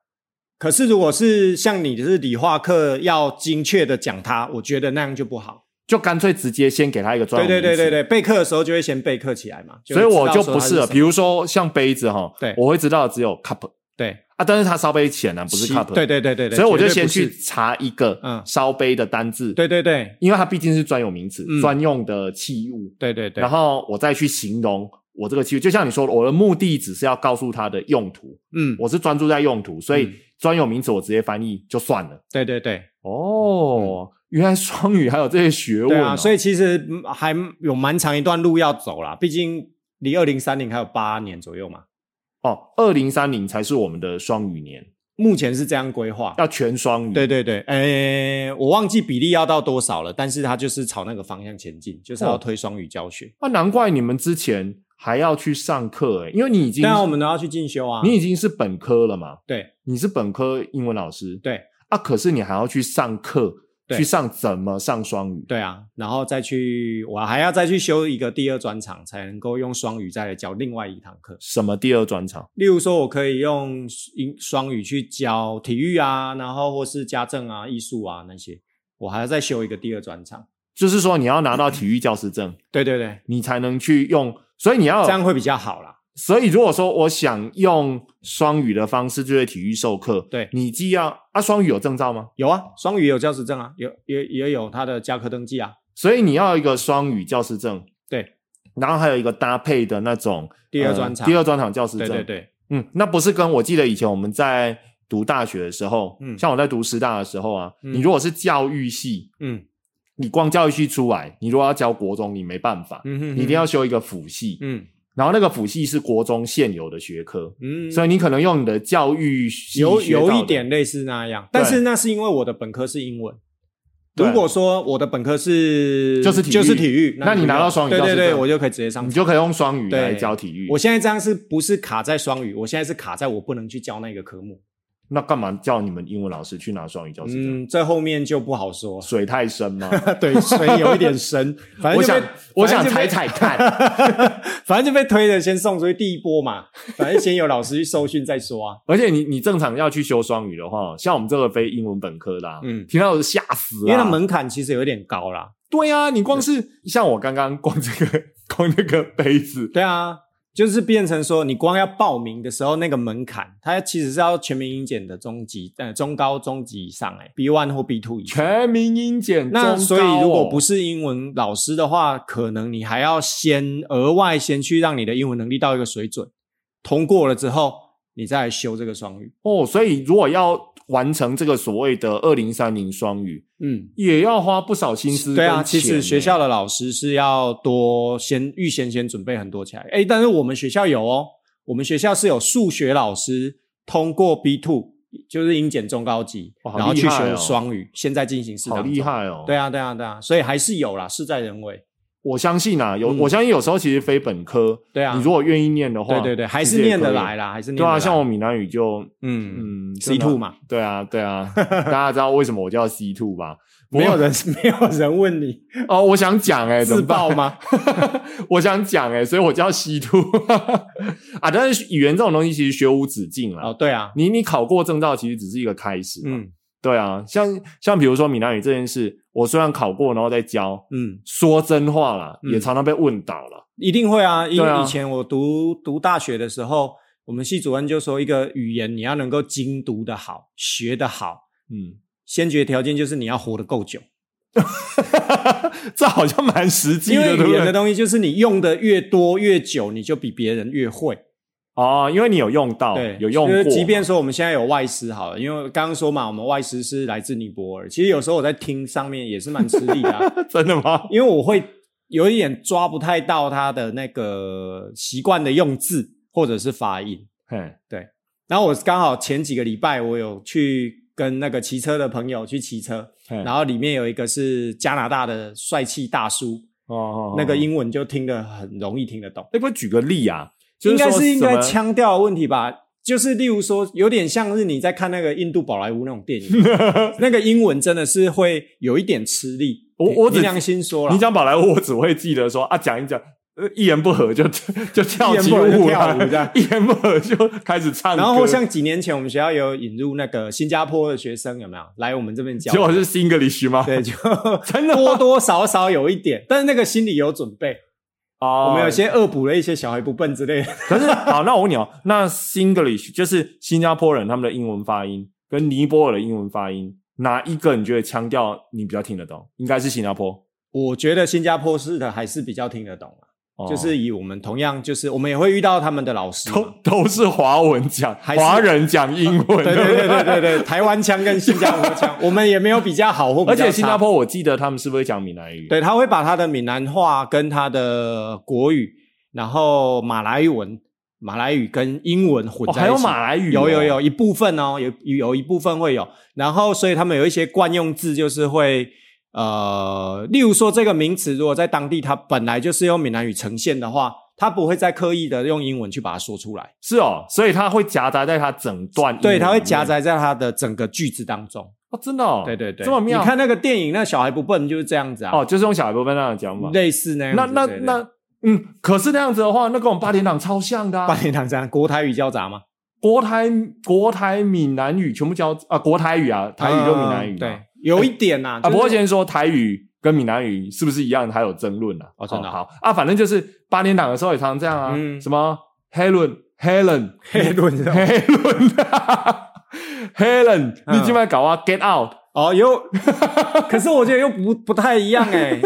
S2: 可是如果是像你就是理化课要精确的讲它，我觉得那样就不好。
S1: 就干脆直接先给他一个专
S2: 对
S1: 有
S2: 对对
S1: 名词
S2: 对对，备课的时候就会先备课起来嘛，
S1: 所以我就不
S2: 是
S1: 适合。比如说像杯子哈，
S2: 对
S1: 我会知道只有 cup
S2: 对
S1: 啊，但是它烧杯显然不是
S2: 其
S1: cup，
S2: 对对对对对，
S1: 所以我就
S2: 绝对
S1: 先
S2: 不是
S1: 去查一个
S2: 嗯
S1: 烧杯的单字，
S2: 对对对
S1: 因为它毕竟是专有名词
S2: 嗯，
S1: 专用的器物，
S2: 对对对，
S1: 然后我再去形容我这个器物，就像你说，的，我的目的只是要告诉它的用途，
S2: 嗯，
S1: 我是专注在用途，所
S2: 嗯
S1: 以专有名词我直接翻译就算了。
S2: 对对对。
S1: 哦，原来双语还有这些学
S2: 嗯对
S1: 问
S2: 啊，
S1: 哦
S2: 所以其实嗯还有蛮长一段路要走啦，毕竟离二零三零还有八年左右嘛。
S1: 哦，二零三零才是我们的双语年，
S2: 目前是这样规划。
S1: 要全双语。
S2: 对对对，诶、我忘记比例要到多少了，但是它就是朝那个方向前进，就是要
S1: 哦
S2: 推双语教学。
S1: 啊，难怪你们之前还要去上课、欸，因为你已经
S2: 当然，我们都要去进修啊。
S1: 你已经是本科了嘛，
S2: 对
S1: 你是本科英文老师，
S2: 对
S1: 啊，可是你还要去上课，
S2: 对
S1: 去上怎么上双语？
S2: 对啊，然后再去，我还要再去修一个第二专场，才能够用双语再来教另外一堂课。
S1: 什么第二专场？
S2: 例如说，我可以用英双语去教体育啊，然后或是家政啊、艺术啊那些，我还要再修一个第二专场。
S1: 就是说你要拿到体育教师证，
S2: 对对对，
S1: 你才能去用，所以你要
S2: 这样会比较好啦。
S1: 所以如果说我想用双语的方式，就在体育授课，
S2: 对
S1: 你既要啊，双语有证照吗？
S2: 有啊，双语也有教师证啊，有也也有他的加科登记啊。
S1: 所以你要一个双语教师证，
S2: 对，
S1: 然后还有一个搭配的那种
S2: 第二
S1: 呃
S2: 专场，
S1: 第二专场教师
S2: 对
S1: 证，
S2: 对对，
S1: 嗯，那不是跟我记得以前我们在读大学的时候，
S2: 嗯
S1: 像我在读师大的时候啊，
S2: 嗯
S1: 你如果是教育系，
S2: 嗯
S1: 你光教育系出来，你如果要教国中，你没办法，
S2: 嗯哼，
S1: 你一定要修一个辅系，
S2: 嗯
S1: 然后那个辅系是国中现有的学科，
S2: 嗯，
S1: 所以你可能用你的教育系
S2: 有
S1: 学到
S2: 有
S1: 的
S2: 一点类似那样，但是那是因为我的本科是英文。
S1: 对
S2: 如果说我的本科是
S1: 就是体育
S2: 就是体育，
S1: 那你拿到双语
S2: 对
S1: 教
S2: 对
S1: 师
S2: 对，
S1: 证
S2: 我就可以直接上
S1: 你
S2: 场。
S1: 就可以用双语
S2: 对
S1: 来教体育
S2: 我。现在这样是不是卡在双语？我现在是卡在我不能去教那个科目。
S1: 那干嘛叫你们英文老师去拿双语教师证？。
S2: 嗯，这后面就不好说
S1: 水太深吗？
S2: 对，所以有一点深，反
S1: 我
S2: 正就被
S1: 想，我想
S2: 反正就
S1: 踩
S2: 被
S1: 踩看。
S2: 反正就被推的先送出去第一波嘛，反正先有老师去受训再说啊。
S1: 而且你你正常要去修双语的话，像我们这个非英文本科的、啊，
S2: 嗯
S1: 嗯，听到我就吓死
S2: 因
S1: 了、
S2: 为它门槛其实有点高啦。
S1: 对啊，你光是像我刚刚光这个 光那个杯子，
S2: 对啊，就是变成说你光要报名的时候那个门槛，它其实是要全民英检的中级、呃中高、中级以上、欸，哎，B one 或 B two 以上。
S1: 全民英检、中高
S2: 那
S1: 哦
S2: 所以如果不是英文老师的话，可能你还要先额外先去让你的英文能力到一个水准，通过了之后，你再来修这个双语。
S1: 哦，所以如果要完成这个所谓的二零三零双语，
S2: 嗯，
S1: 也要花不少心思、
S2: 对啊，其实学校，的老师是要多先预先先准备很多起来。诶，但是我们学校有哦，我们学校是有数学老师通过 B two，就是英检中高级，
S1: 哇好
S2: 然后去
S1: 厉害
S2: 修
S1: 哦
S2: 双语，现在进行适当
S1: 好
S2: 中
S1: 厉、害哦。
S2: 啊对啊，对啊，对啊，所以还是有啦，事在人为。
S1: 我相信啊，有、
S2: 嗯
S1: 我相信有时候其实非本科，
S2: 对啊
S1: 你如果愿意念的话，
S2: 对对对，还
S1: 其实
S2: 是
S1: 也
S2: 念得
S1: 可以
S2: 来啦，还是念
S1: 对
S2: 得
S1: 啊，
S2: 来
S1: 像我闽南语就
S2: 嗯
S1: 嗯
S2: ，C two，嘛，
S1: 真的对啊对啊， 大家知道为什么我叫 C two 吧？不
S2: 没
S1: 过
S2: 有人 没有人问你
S1: 哦，我想讲哎、欸，怎
S2: 自
S1: 么办
S2: 爆？吗？
S1: 我想讲哎、欸，所以我叫 C two 啊。但是语言这种东西其实学无止境啦。
S2: 哦，对啊，
S1: 你你考过证照，其实只是一个开始。嗯，
S2: 嗯
S1: 对啊，像像比如说闽南语这件事，我虽然考过，然后再教，
S2: 嗯，
S1: 说真话啦，
S2: 嗯
S1: 也常常被问倒了。
S2: 一定会啊，因
S1: 对啊
S2: 为以前我读读大学的时候，我们系主任就说，一个语言你要能够精读的好，学的好，
S1: 嗯，
S2: 先决条件就是你要活得够久，
S1: 这好像蛮实际
S2: 因
S1: 的，
S2: 为
S1: 对
S2: 语
S1: 不
S2: 言的
S1: 对？
S2: 东西就是你用的越多越久，你就比别人越会。
S1: 哦，因为你有用到，
S2: 对，
S1: 有用
S2: 就是
S1: 过，
S2: 即便说我们现在有外师好了，因为刚刚说嘛，我们外师是来自尼泊尔。其实有时候我在听上面也是蛮吃力的啊、
S1: 真的 吗？
S2: 因为我会有一点抓不太到他的那个习惯的用字或者是发音。
S1: 嘿，
S2: 然后我刚好前几个礼拜我有去跟那个骑车的朋友去骑车，
S1: 嘿
S2: 然后里面有一个是加拿大的帅气大叔，
S1: 哦哦，
S2: 那个
S1: 应，
S2: 英文就听得很容易听得懂。
S1: 哎，不会举个例啊？就
S2: 应该
S1: 说
S2: 是应
S1: 什
S2: 该
S1: 么
S2: 腔调的问题吧。就是例如说，有点像是你在看那个印度宝莱坞那种电 影，那个英文真的是会有一点吃力。
S1: 我我只
S2: 凭良心说了，
S1: 你讲宝莱坞，我只会记得说啊，讲一讲，呃，一言不合就就跳
S2: 一
S1: 起
S2: 言不合就
S1: 舞
S2: 跳舞
S1: 来
S2: 这 样
S1: 一言不合就开始唱歌，
S2: 然后像几年前我们学校有引入那个新加坡的学生，有没有来我们这边教
S1: 结？果是 Singlish 吗？
S2: 啊对，就
S1: 真的吗
S2: 多多少少有一点，但是那个心里有准备。
S1: 哦，
S2: 我们有些恶补了一些小孩不笨之类的，
S1: 可是好，那我问你哦， 那 Singlish 就是新加坡人他们的英文发音跟尼泊尔的英文发音，哪一个你觉得腔调你比较听得懂？应该是新加坡，
S2: 我觉得新加坡式的还是比较听得懂啊。
S1: 哦
S2: 就是以我们同样，就是我们也会遇到他们的老师嘛，
S1: 都都是华文讲，
S2: 还是
S1: 华人讲英文，
S2: 对
S1: 不
S2: 对对对对对，台湾腔跟新加坡 腔，我们也没有比较好或比
S1: 而
S2: 较
S1: 且新加
S2: 差。
S1: 坡，我记得他们是不是讲闽南语？
S2: 对，他会把他的闽南话跟他的国语，然后马来文、马来语跟英文混
S1: 哦，
S2: 在一
S1: 还
S2: 起。
S1: 有马来语、
S2: 有有，有一部分哦，有有一部分会有，然后所以他们有一些惯用字，就是会呃，例如说这个名词，如果在当地它本来就是用闽南语呈现的话，它不会再刻意的用英文去把它说出来，
S1: 是哦，所以它会夹杂在它整段，
S2: 对，它会夹。杂在它的整个句子当中。
S1: 哦，真的、嗯哦，
S2: 对对对，
S1: 这么妙。
S2: 你看那个电影，那小孩不笨就是这样子啊，
S1: 哦，就是用小孩部分那样讲法。
S2: 类似那样
S1: 那
S2: 子。
S1: 那
S2: 对对
S1: 那，嗯，可是那样子的话，那跟我们八点档超像 的、
S2: 八
S1: 啊。
S2: 点档这样，国台语交杂 嘛，
S1: 国台国台闽南语全部教啊，国台语啊，台语就闽南语、
S2: 嗯对，，有一点呐。
S1: 啊，
S2: 就是
S1: 不过先说台语跟闽南语是不是一样，还有争论啊。
S2: 哦真的啊
S1: 好啊，反正就是八点档的时候也常常这样啊，
S2: 嗯
S1: 什么 Helen Helen
S2: 黑论是吧
S1: Helen Helen，
S2: 嗯
S1: 你今晚搞啊 Get Out。
S2: 哦，有，可是我觉得又不不太一样哎，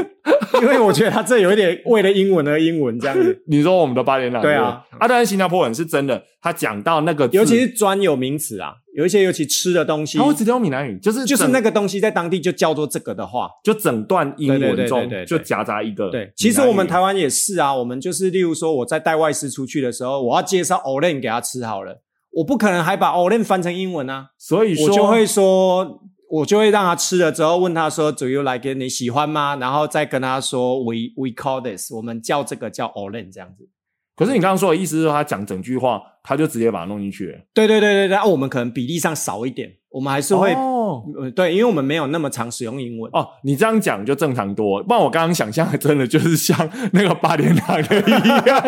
S2: 因为我觉得他这有一点为了英文而英文 这样子，
S1: 你说我们的八点档
S2: 对啊，
S1: 不啊，当然新加坡人是真的，他讲到那个字，
S2: 尤其是专有名词啊，有一些尤其吃的东西
S1: 他，会直接用闽南语，就是
S2: 就是
S1: 整
S2: 那个东西在当地就叫做这个的话，
S1: 就整段英
S2: 对对
S1: 文
S2: 对
S1: 中
S2: 对对对
S1: 就夹杂一个闽南语。
S2: 对，其实我们台湾也是啊，我们就是例如说我在带外师出去的时候，我要介绍 olen 给他吃好了，我不可能还把 olen 翻成英文啊，
S1: 所以说
S2: 我就会说，我就会让他吃了之后问他说，Do you like it？你喜欢吗？然后再跟他说，We we call this，我们叫这个叫 olen 这样子。
S1: 可是你刚刚说的意思是说他讲整句话，他就直接把它弄进去，
S2: 对对对对对，啊，我们可能比例上少一点，我们还是会、
S1: 哦
S2: 呃对，因为我们没有那么常使用英文。
S1: 哦，你这样讲就正常多了。不然我刚刚想象的真的就是像那个八点档的一 样，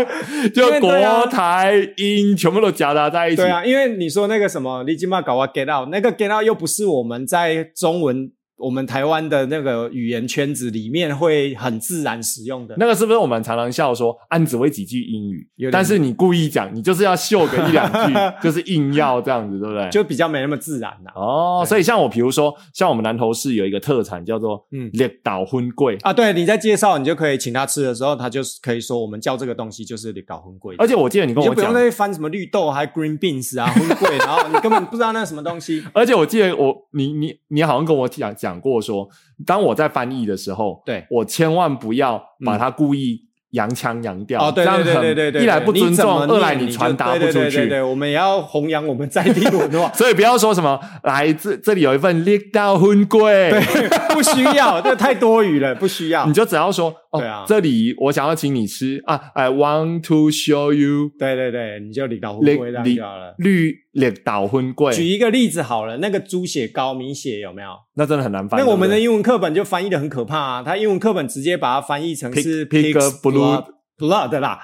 S1: 就
S2: 因为
S1: 国
S2: 对啊
S1: 台英全部都夹杂在一起。
S2: 对啊，因为你说那个什么，你今嘛搞啊 get out，那个 get out 又不是我们在中文我们台湾的那个语言圈子里面会很自然使用的。
S1: 那个是不是我们常常笑说，啊，你只会几句英语
S2: 有，点
S1: 但是你故意讲，你就是要秀个一两 句，就是硬要这样子，对不对？
S2: 就比较没那么自然啊啦、
S1: 哦，
S2: 对
S1: 所以像我，比如说像我们南投市有一个特产叫做
S2: 嗯
S1: 列岛荤桂，
S2: 啊，对，你在介绍，你就可以请他吃的时候，他就可以说我们叫这个东西就是搞荤贵，
S1: 而且我记得你
S2: 你
S1: 跟
S2: 就
S1: 我
S2: 不
S1: 讲
S2: 用，再翻什么绿豆还 green beans 啊荤贵，然后你根本不知道那是什么东西。
S1: 而且我记得我你你你好像跟我讲讲过说，当我在翻译的时候，
S2: 对
S1: 我千万不要把它故意洋腔洋调，
S2: 哦，对
S1: 这样
S2: 对对
S1: 很
S2: 对对对，
S1: 一来不尊
S2: 你怎
S1: 重，
S2: 么
S1: 二来
S2: 念
S1: 你
S2: 就
S1: 传达不出
S2: 对对对对
S1: 去。，
S2: 对，我们也要弘扬我们在地文化
S1: 所以不要说什么来这这里有一份列岛荤桂，
S2: 不需要，这太多余了，不需要
S1: 你。就只要说哦，
S2: 啊对啊
S1: 这里我想要请你吃啊，I want to show you
S2: 对对对，你就领导
S1: 绿
S2: 回归这样就好了。
S1: 绿绿岛荤
S2: 举
S1: 贵，
S2: 一个例子好了，那个猪血糕、米血有没有？
S1: 那真的很难翻。
S2: 那
S1: 对
S2: 我
S1: 不
S2: 们的
S1: 对
S2: 英文课本就翻译的很可怕啊，他英文课本直接把它翻译成
S1: Pig-
S2: 是
S1: pig
S2: pig's
S1: blood-
S2: blood blood 啦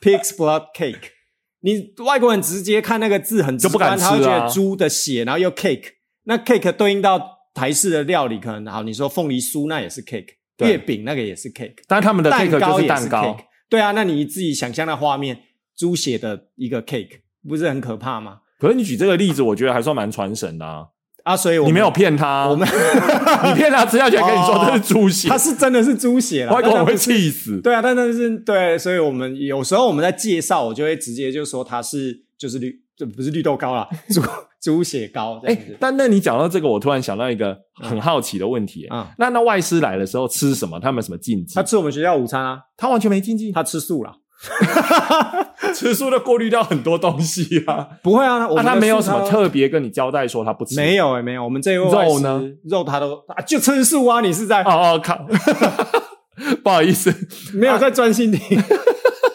S2: ，pig's blood cake。你外国人直接看那个字很直
S1: 就不敢
S2: 观，他会
S1: 吃
S2: 觉
S1: 啊
S2: 得猪的血，然后又 cake。那 cake 对应到台式的料理，可能好，你说凤梨酥那也是 cake，
S1: 对
S2: 月饼那个也是 cake，
S1: 但他们的 cake
S2: 蛋糕
S1: 就
S2: 也
S1: 蛋糕
S2: cake。。对啊，那你自己想象那画面，猪血的一个 cake，不是很可怕吗？
S1: 可是你举这个例子，我觉得还算蛮传神的啊。
S2: 啊，所以我们
S1: 你没有骗他，啊
S2: 我们
S1: 你骗他吃下去还跟你说
S2: 哦
S1: 这是猪血
S2: 它，是真的是猪血啦，
S1: 外国
S2: 但它
S1: 人
S2: 不
S1: 会气死。
S2: 对啊，但但是对，所以我们有时候我们在介绍，我就会直接就说它是就是绿，这不是绿豆糕啦， 猪猪血糕这
S1: 哎
S2: 样子，
S1: 但那你讲到这个，我突然想到一个很好奇的问题。哎
S2: 啊。
S1: 那那外师来的时候吃什么？他们有什么禁忌
S2: 他？吃我们学校午餐啊，
S1: 他完全没禁忌，
S2: 他吃素啦，
S1: 吃素的过滤掉很多东西啊。
S2: 不会啊，
S1: 那
S2: 我们的
S1: 他没有
S2: 素
S1: 什么特别跟你交代说他不吃，
S2: 没有哎、没有，我们这一位
S1: 肉
S2: 外师
S1: 呢，
S2: 肉他都啊就吃素啊，你是在、
S1: 哦哦靠， 不好意思，
S2: 没有在专心听、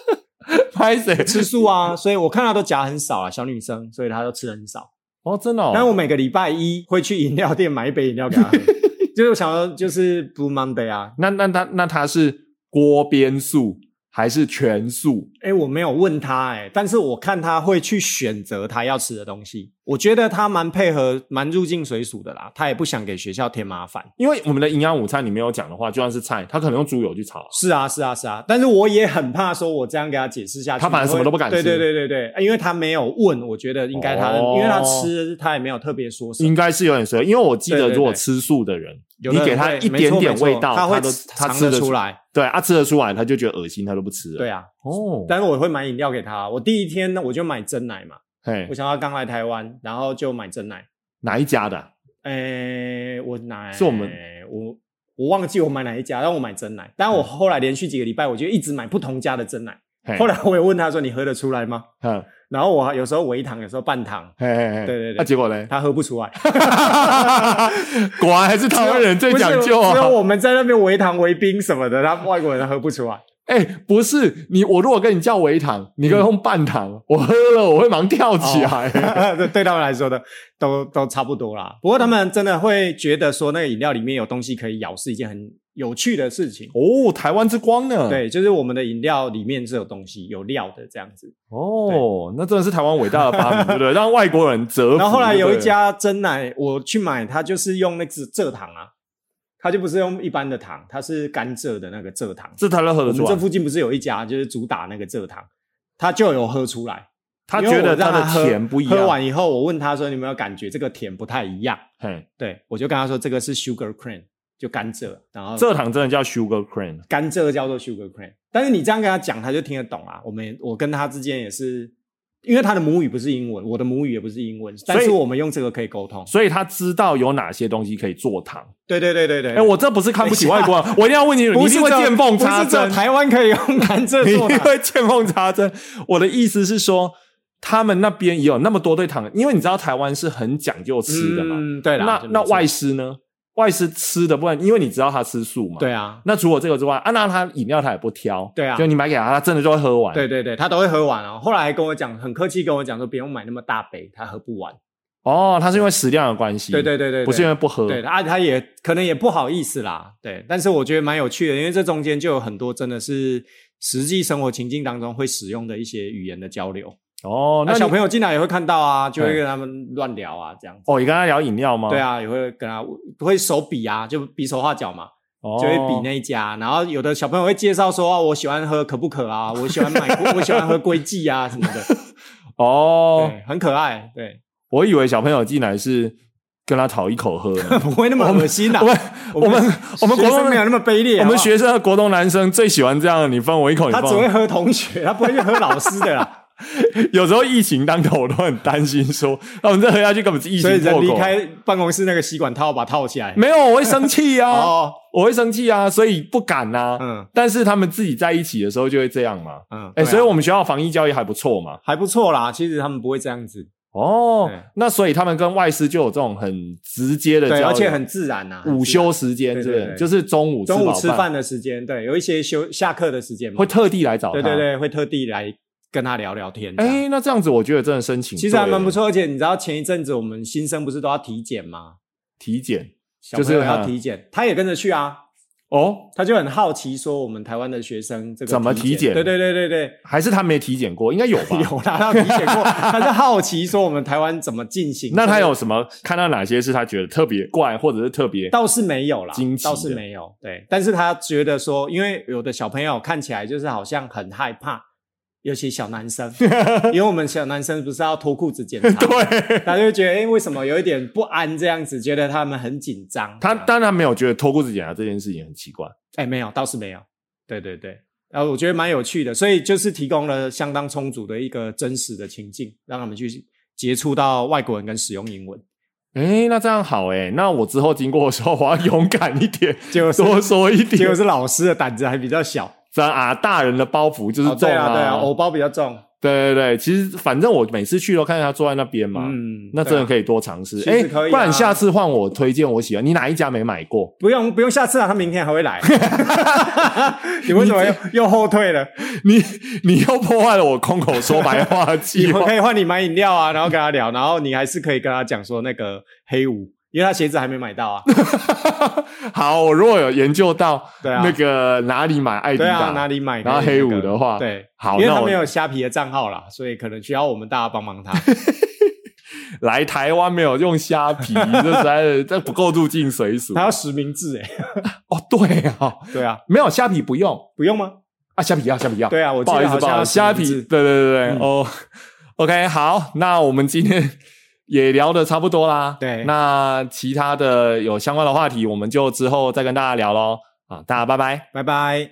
S1: 拍谁
S2: 吃素啊，所以我看他都夹很少啊，小女生，所以他都吃得很少。
S1: 哦，真的哦，
S2: 但我每个礼拜一会去饮料店买一杯饮料给 他喝，就是我想要就是 Blue Monday 啊，
S1: 那那他那他是锅边素还是全素？
S2: 哎、我没有问他哎、但是我看他会去选择他要吃的东西，我觉得他蛮配合、蛮入境随俗的啦。他也不想给学校添麻烦。
S1: 因为我们的营养午餐你没有讲的话，就算是菜，他可能用猪油去炒啊。
S2: 是啊，是啊，是啊。但是我也很怕说，我这样给他解释下去，
S1: 他反而
S2: 会
S1: 什么都不敢吃
S2: 对对对对对，因为他没有问，我觉得应该他，
S1: 哦
S2: 因为他吃，他也没有特别说什么
S1: 应。该是有点随意，因为我记得
S2: 对对
S1: 如果
S2: 对
S1: 吃素的人，
S2: 有的人
S1: 你给他
S2: 会
S1: 一
S2: 没
S1: 点
S2: 错
S1: 点
S2: 没错
S1: 味道
S2: 他会
S1: 他都他
S2: 尝
S1: 吃得
S2: 得
S1: 出
S2: 出来。
S1: 对他吃得出来，他就觉得恶心，他都不吃了。
S2: 对啊，
S1: 哦，
S2: 但是我会买饮料给他。我第一天呢，我就买真奶嘛，
S1: 嘿
S2: 我，想他刚来台湾，然后就买真奶。
S1: 哪一家的啊？
S2: 诶，我奶
S1: 是我们
S2: 我我忘记我买哪一家，但我买真奶。
S1: 嗯
S2: 但我后来连续几个礼拜，我就一直买不同家的真奶。
S1: 嘿
S2: 后来我也问他说：“你喝得出来吗
S1: 嗯，？”
S2: 然后我有时候微糖，有时候半糖，
S1: 嘿嘿嘿，
S2: 对对对
S1: 那结果呢？
S2: 他喝不 出来。
S1: 果然还是台湾人最讲究
S2: 不是只有
S1: 啊！
S2: 我们在那边微糖、微冰什么的，他外国人他喝不 出来。
S1: 哎，不是你，我如果跟你叫微糖，你给我用半糖，我喝了我会忙跳起 来。
S2: 对，对他们来说的都都差不多啦。不过他们真的会觉得说，那个饮料里面有东西可以咬，是一件很有趣的事情。
S1: 哦，台湾之光呢？，
S2: 对，就是我们的饮料里面是有东西、有料的这样子。
S1: 哦，那真的是台湾伟大的发明，对不对？让外国人折服。
S2: 然后后来有
S1: 对
S2: 一
S1: 不对，
S2: 家真奶，我去买，它就是用那个蔗糖啊，它就不是用一般的糖，它是甘蔗的那个蔗糖。
S1: 这台湾喝
S2: 我
S1: 得
S2: 们
S1: 出
S2: 这
S1: 来，
S2: 附近不是有一家就是主打那个蔗糖，它就有喝出来。
S1: 他
S2: 因为
S1: 觉
S2: 我
S1: 得
S2: 让
S1: 它
S2: 他
S1: 的甜不一
S2: 喝
S1: 样。
S2: 完以后，我问他说：“你有没有感觉这个甜不太一样
S1: 嘿，？”
S2: 对，我就跟他说：“这个是 sugar cane，就甘蔗。”然后
S1: 蔗糖真的叫 sugar cane，
S2: 甘蔗叫做 sugar cane，但是你这样跟他讲，他就听得懂啊。我们我跟他之间也是，因为他的母语不是英文，我的母语也不是英文，但
S1: 所以
S2: 是我们用这个可以沟通。
S1: 所以他知道有哪些东西可以做糖。
S2: 对对对对对。
S1: 哎，我这不是看不起外国人，我一定要问你，你 一
S2: 不是
S1: 定会
S2: 只有
S1: 见缝
S2: 不
S1: 插
S2: 是只有
S1: 针。
S2: 台湾可以用甘 蔗
S1: 你
S2: 做
S1: 因
S2: 的。
S1: 为见缝插针。我的意思是说，他们那边也有那么多对糖，因为你知道台湾是很讲究吃的嘛。
S2: 嗯，对啦，
S1: 那
S2: 这没
S1: 那
S2: 错
S1: 外师呢？外师吃的不然，因为你知道他吃素嘛。
S2: 对。啊，
S1: 那除了这个之外，啊，那他饮料他也不挑。
S2: 对啊
S1: 就你买给他，他真的就会喝完。
S2: 对。对对，他都会喝完哦。后来还跟我讲，很客气跟我讲说，不用买那么大杯，他喝不完。
S1: 哦，他是因为食量的关系。
S2: 对对对对，对
S1: 不是因为不喝。
S2: 对啊，他也可能也不好意思啦。对，但是我觉得蛮有趣的，因为这中间就有很多真的是实际生活情境当中会使用的一些语言的交流。
S1: 哦，
S2: 那
S1: 那
S2: 小
S1: 友
S2: 朋友进来也会看到啊，就会跟他们乱聊啊，这样子。
S1: 哦，你跟他聊饮料吗？
S2: 对。啊，也会跟他会手比啊，就比手画脚嘛。
S1: 哦。
S2: 就会比那一家。然后有的小朋友会介绍说，啊我喜欢喝可不可啊，我喜欢买， 我喜欢喝龟记啊什么的，
S1: 哦，
S2: 对，很可爱， 对，
S1: 我以为小朋友进来是跟他讨一口喝呢。
S2: 不会那么恶心啦
S1: 我。们我们我们
S2: 学
S1: 国
S2: 生
S1: 中
S2: 没有那么卑劣，
S1: 我
S2: 好不
S1: 们
S2: 好
S1: 学生的国中男生最喜欢这样，你分我一口，你
S2: 他
S1: 放
S2: 只
S1: 我
S2: 会喝同学，他不会去喝老师的 啦。
S1: 有时候疫情当头，我都很担心说，那我们这喝下去根本是疫
S2: 所以
S1: 情
S2: 人
S1: 破
S2: 离
S1: 口。
S2: 开办公室那个吸管套，把它套起来。
S1: 没有，我会生气啊，
S2: 哦，
S1: 我会生气啊，所以不敢呐、
S2: 嗯
S1: 但是他们自己在一起的时候就会这样嘛。
S2: 嗯，
S1: 哎、
S2: 对啊
S1: 所以我们学校防疫教育还不错嘛。
S2: 还不错啦。其实他们不会这样子，
S1: 哦
S2: 对，
S1: 那所以他们跟外师就有这种很直接的交
S2: 对，
S1: 流，
S2: 而且很自然呐、很
S1: 午
S2: 自然
S1: 休时间，
S2: 对
S1: 是不
S2: 对
S1: 是？
S2: 对
S1: 就是中午
S2: 中午
S1: 吃
S2: 吃
S1: 饱
S2: 饭的时间，对，有一些休下课的时间嘛
S1: 会，特地来找他。
S2: 对对。对，会特地来跟他聊聊天。
S1: 哎、
S2: 哎、
S1: 那这样子我觉得真的申请
S2: 其实还
S1: 对了
S2: 蛮不错，而且你知道前一阵子我们新生不是都要体检吗？
S1: 体检
S2: 小朋
S1: 就
S2: 友
S1: 是他啊
S2: 要体检，他也跟着去啊，
S1: 哦，
S2: 他就很好奇说我们台湾的学生这个
S1: 怎么体
S2: 体
S1: 检
S2: 对对对对对，
S1: 还是他没体检过，应该有吧？
S2: 有啦，他有 体检过，他是好奇说我们台湾怎么进行。
S1: 那他
S2: 这个
S1: 有什么看到哪些是他觉得特别怪，或者是特别
S2: 倒是没有啦
S1: 惊，奇的
S2: 倒是没有。对，但是他觉得说，因为有的小朋友看起来就是好像很害怕，尤其小男 生，因为我们小男生不是要脱裤子检查，，
S1: 对？
S2: 他就会觉得哎、诶为什么有一点不安这样子，觉得他们很紧张。
S1: 他
S2: 哎、
S1: 当然没有觉得脱裤子检查这件事情很奇怪，
S2: 诶哎没有，倒是没有。对对对，然后我觉得蛮有趣的，所以就是提供了相当充足的一个真实的情境，让他们去接触到外国人跟使用英文，
S1: 哎、那这样好哎、那我之后经过的时候，我要勇敢一 点，
S2: 结果是
S1: 多说一
S2: 结
S1: 点
S2: 果。是老师的胆子还比较小，
S1: 咱啊，大人的包袱就是
S2: 哦
S1: 重
S2: 对啊对啊，偶包比较重，
S1: 对对对，其实反正我每次去都看见他坐在那边嘛，
S2: 嗯，
S1: 那真
S2: 对啊
S1: 的可以多尝试。
S2: 其实
S1: 哎、
S2: 可以啊
S1: 不然下次换我推荐我喜欢，你哪一家没买过？
S2: 不用不用，下次啊，他明天还会 来。你为什么又又后退了？
S1: 你你又破坏了我空口说白话的
S2: 你
S1: 计
S2: 们
S1: 划
S2: 可。以换你买饮料啊，然后跟他聊，然后你还是可以跟他讲说那个黑五，因为他鞋子还没买到啊。
S1: 好，我如果有研究到
S2: 对啊
S1: 那个哪里买艾迪
S2: 对啊，
S1: 达，
S2: 哪里买、
S1: 然后黑五的话
S2: 对，
S1: 好，
S2: 因为
S1: 那
S2: 他
S1: 我
S2: 没有虾皮的账号啦，所以可能需要我们大家帮忙他。
S1: 啊来台湾没有用虾皮， 这实在是这不够入境随俗。
S2: 他要实名制哎、
S1: 哦，对啊，
S2: 对啊，
S1: 没有虾皮不用
S2: 不用吗？
S1: 啊，虾皮要虾皮要。
S2: 对啊，我
S1: 不
S2: 记
S1: 好意
S2: 得
S1: 思，
S2: 好
S1: 不好
S2: 像要
S1: 意思，虾
S2: 实名
S1: 皮，对对
S2: 制
S1: 对对，
S2: 嗯
S1: 哦，OK，好，那我们今天也聊的差不多啦。
S2: 对
S1: 那其他的有相关的话题，我们就之后再跟大家聊喽。啊，大家拜拜。
S2: 拜拜。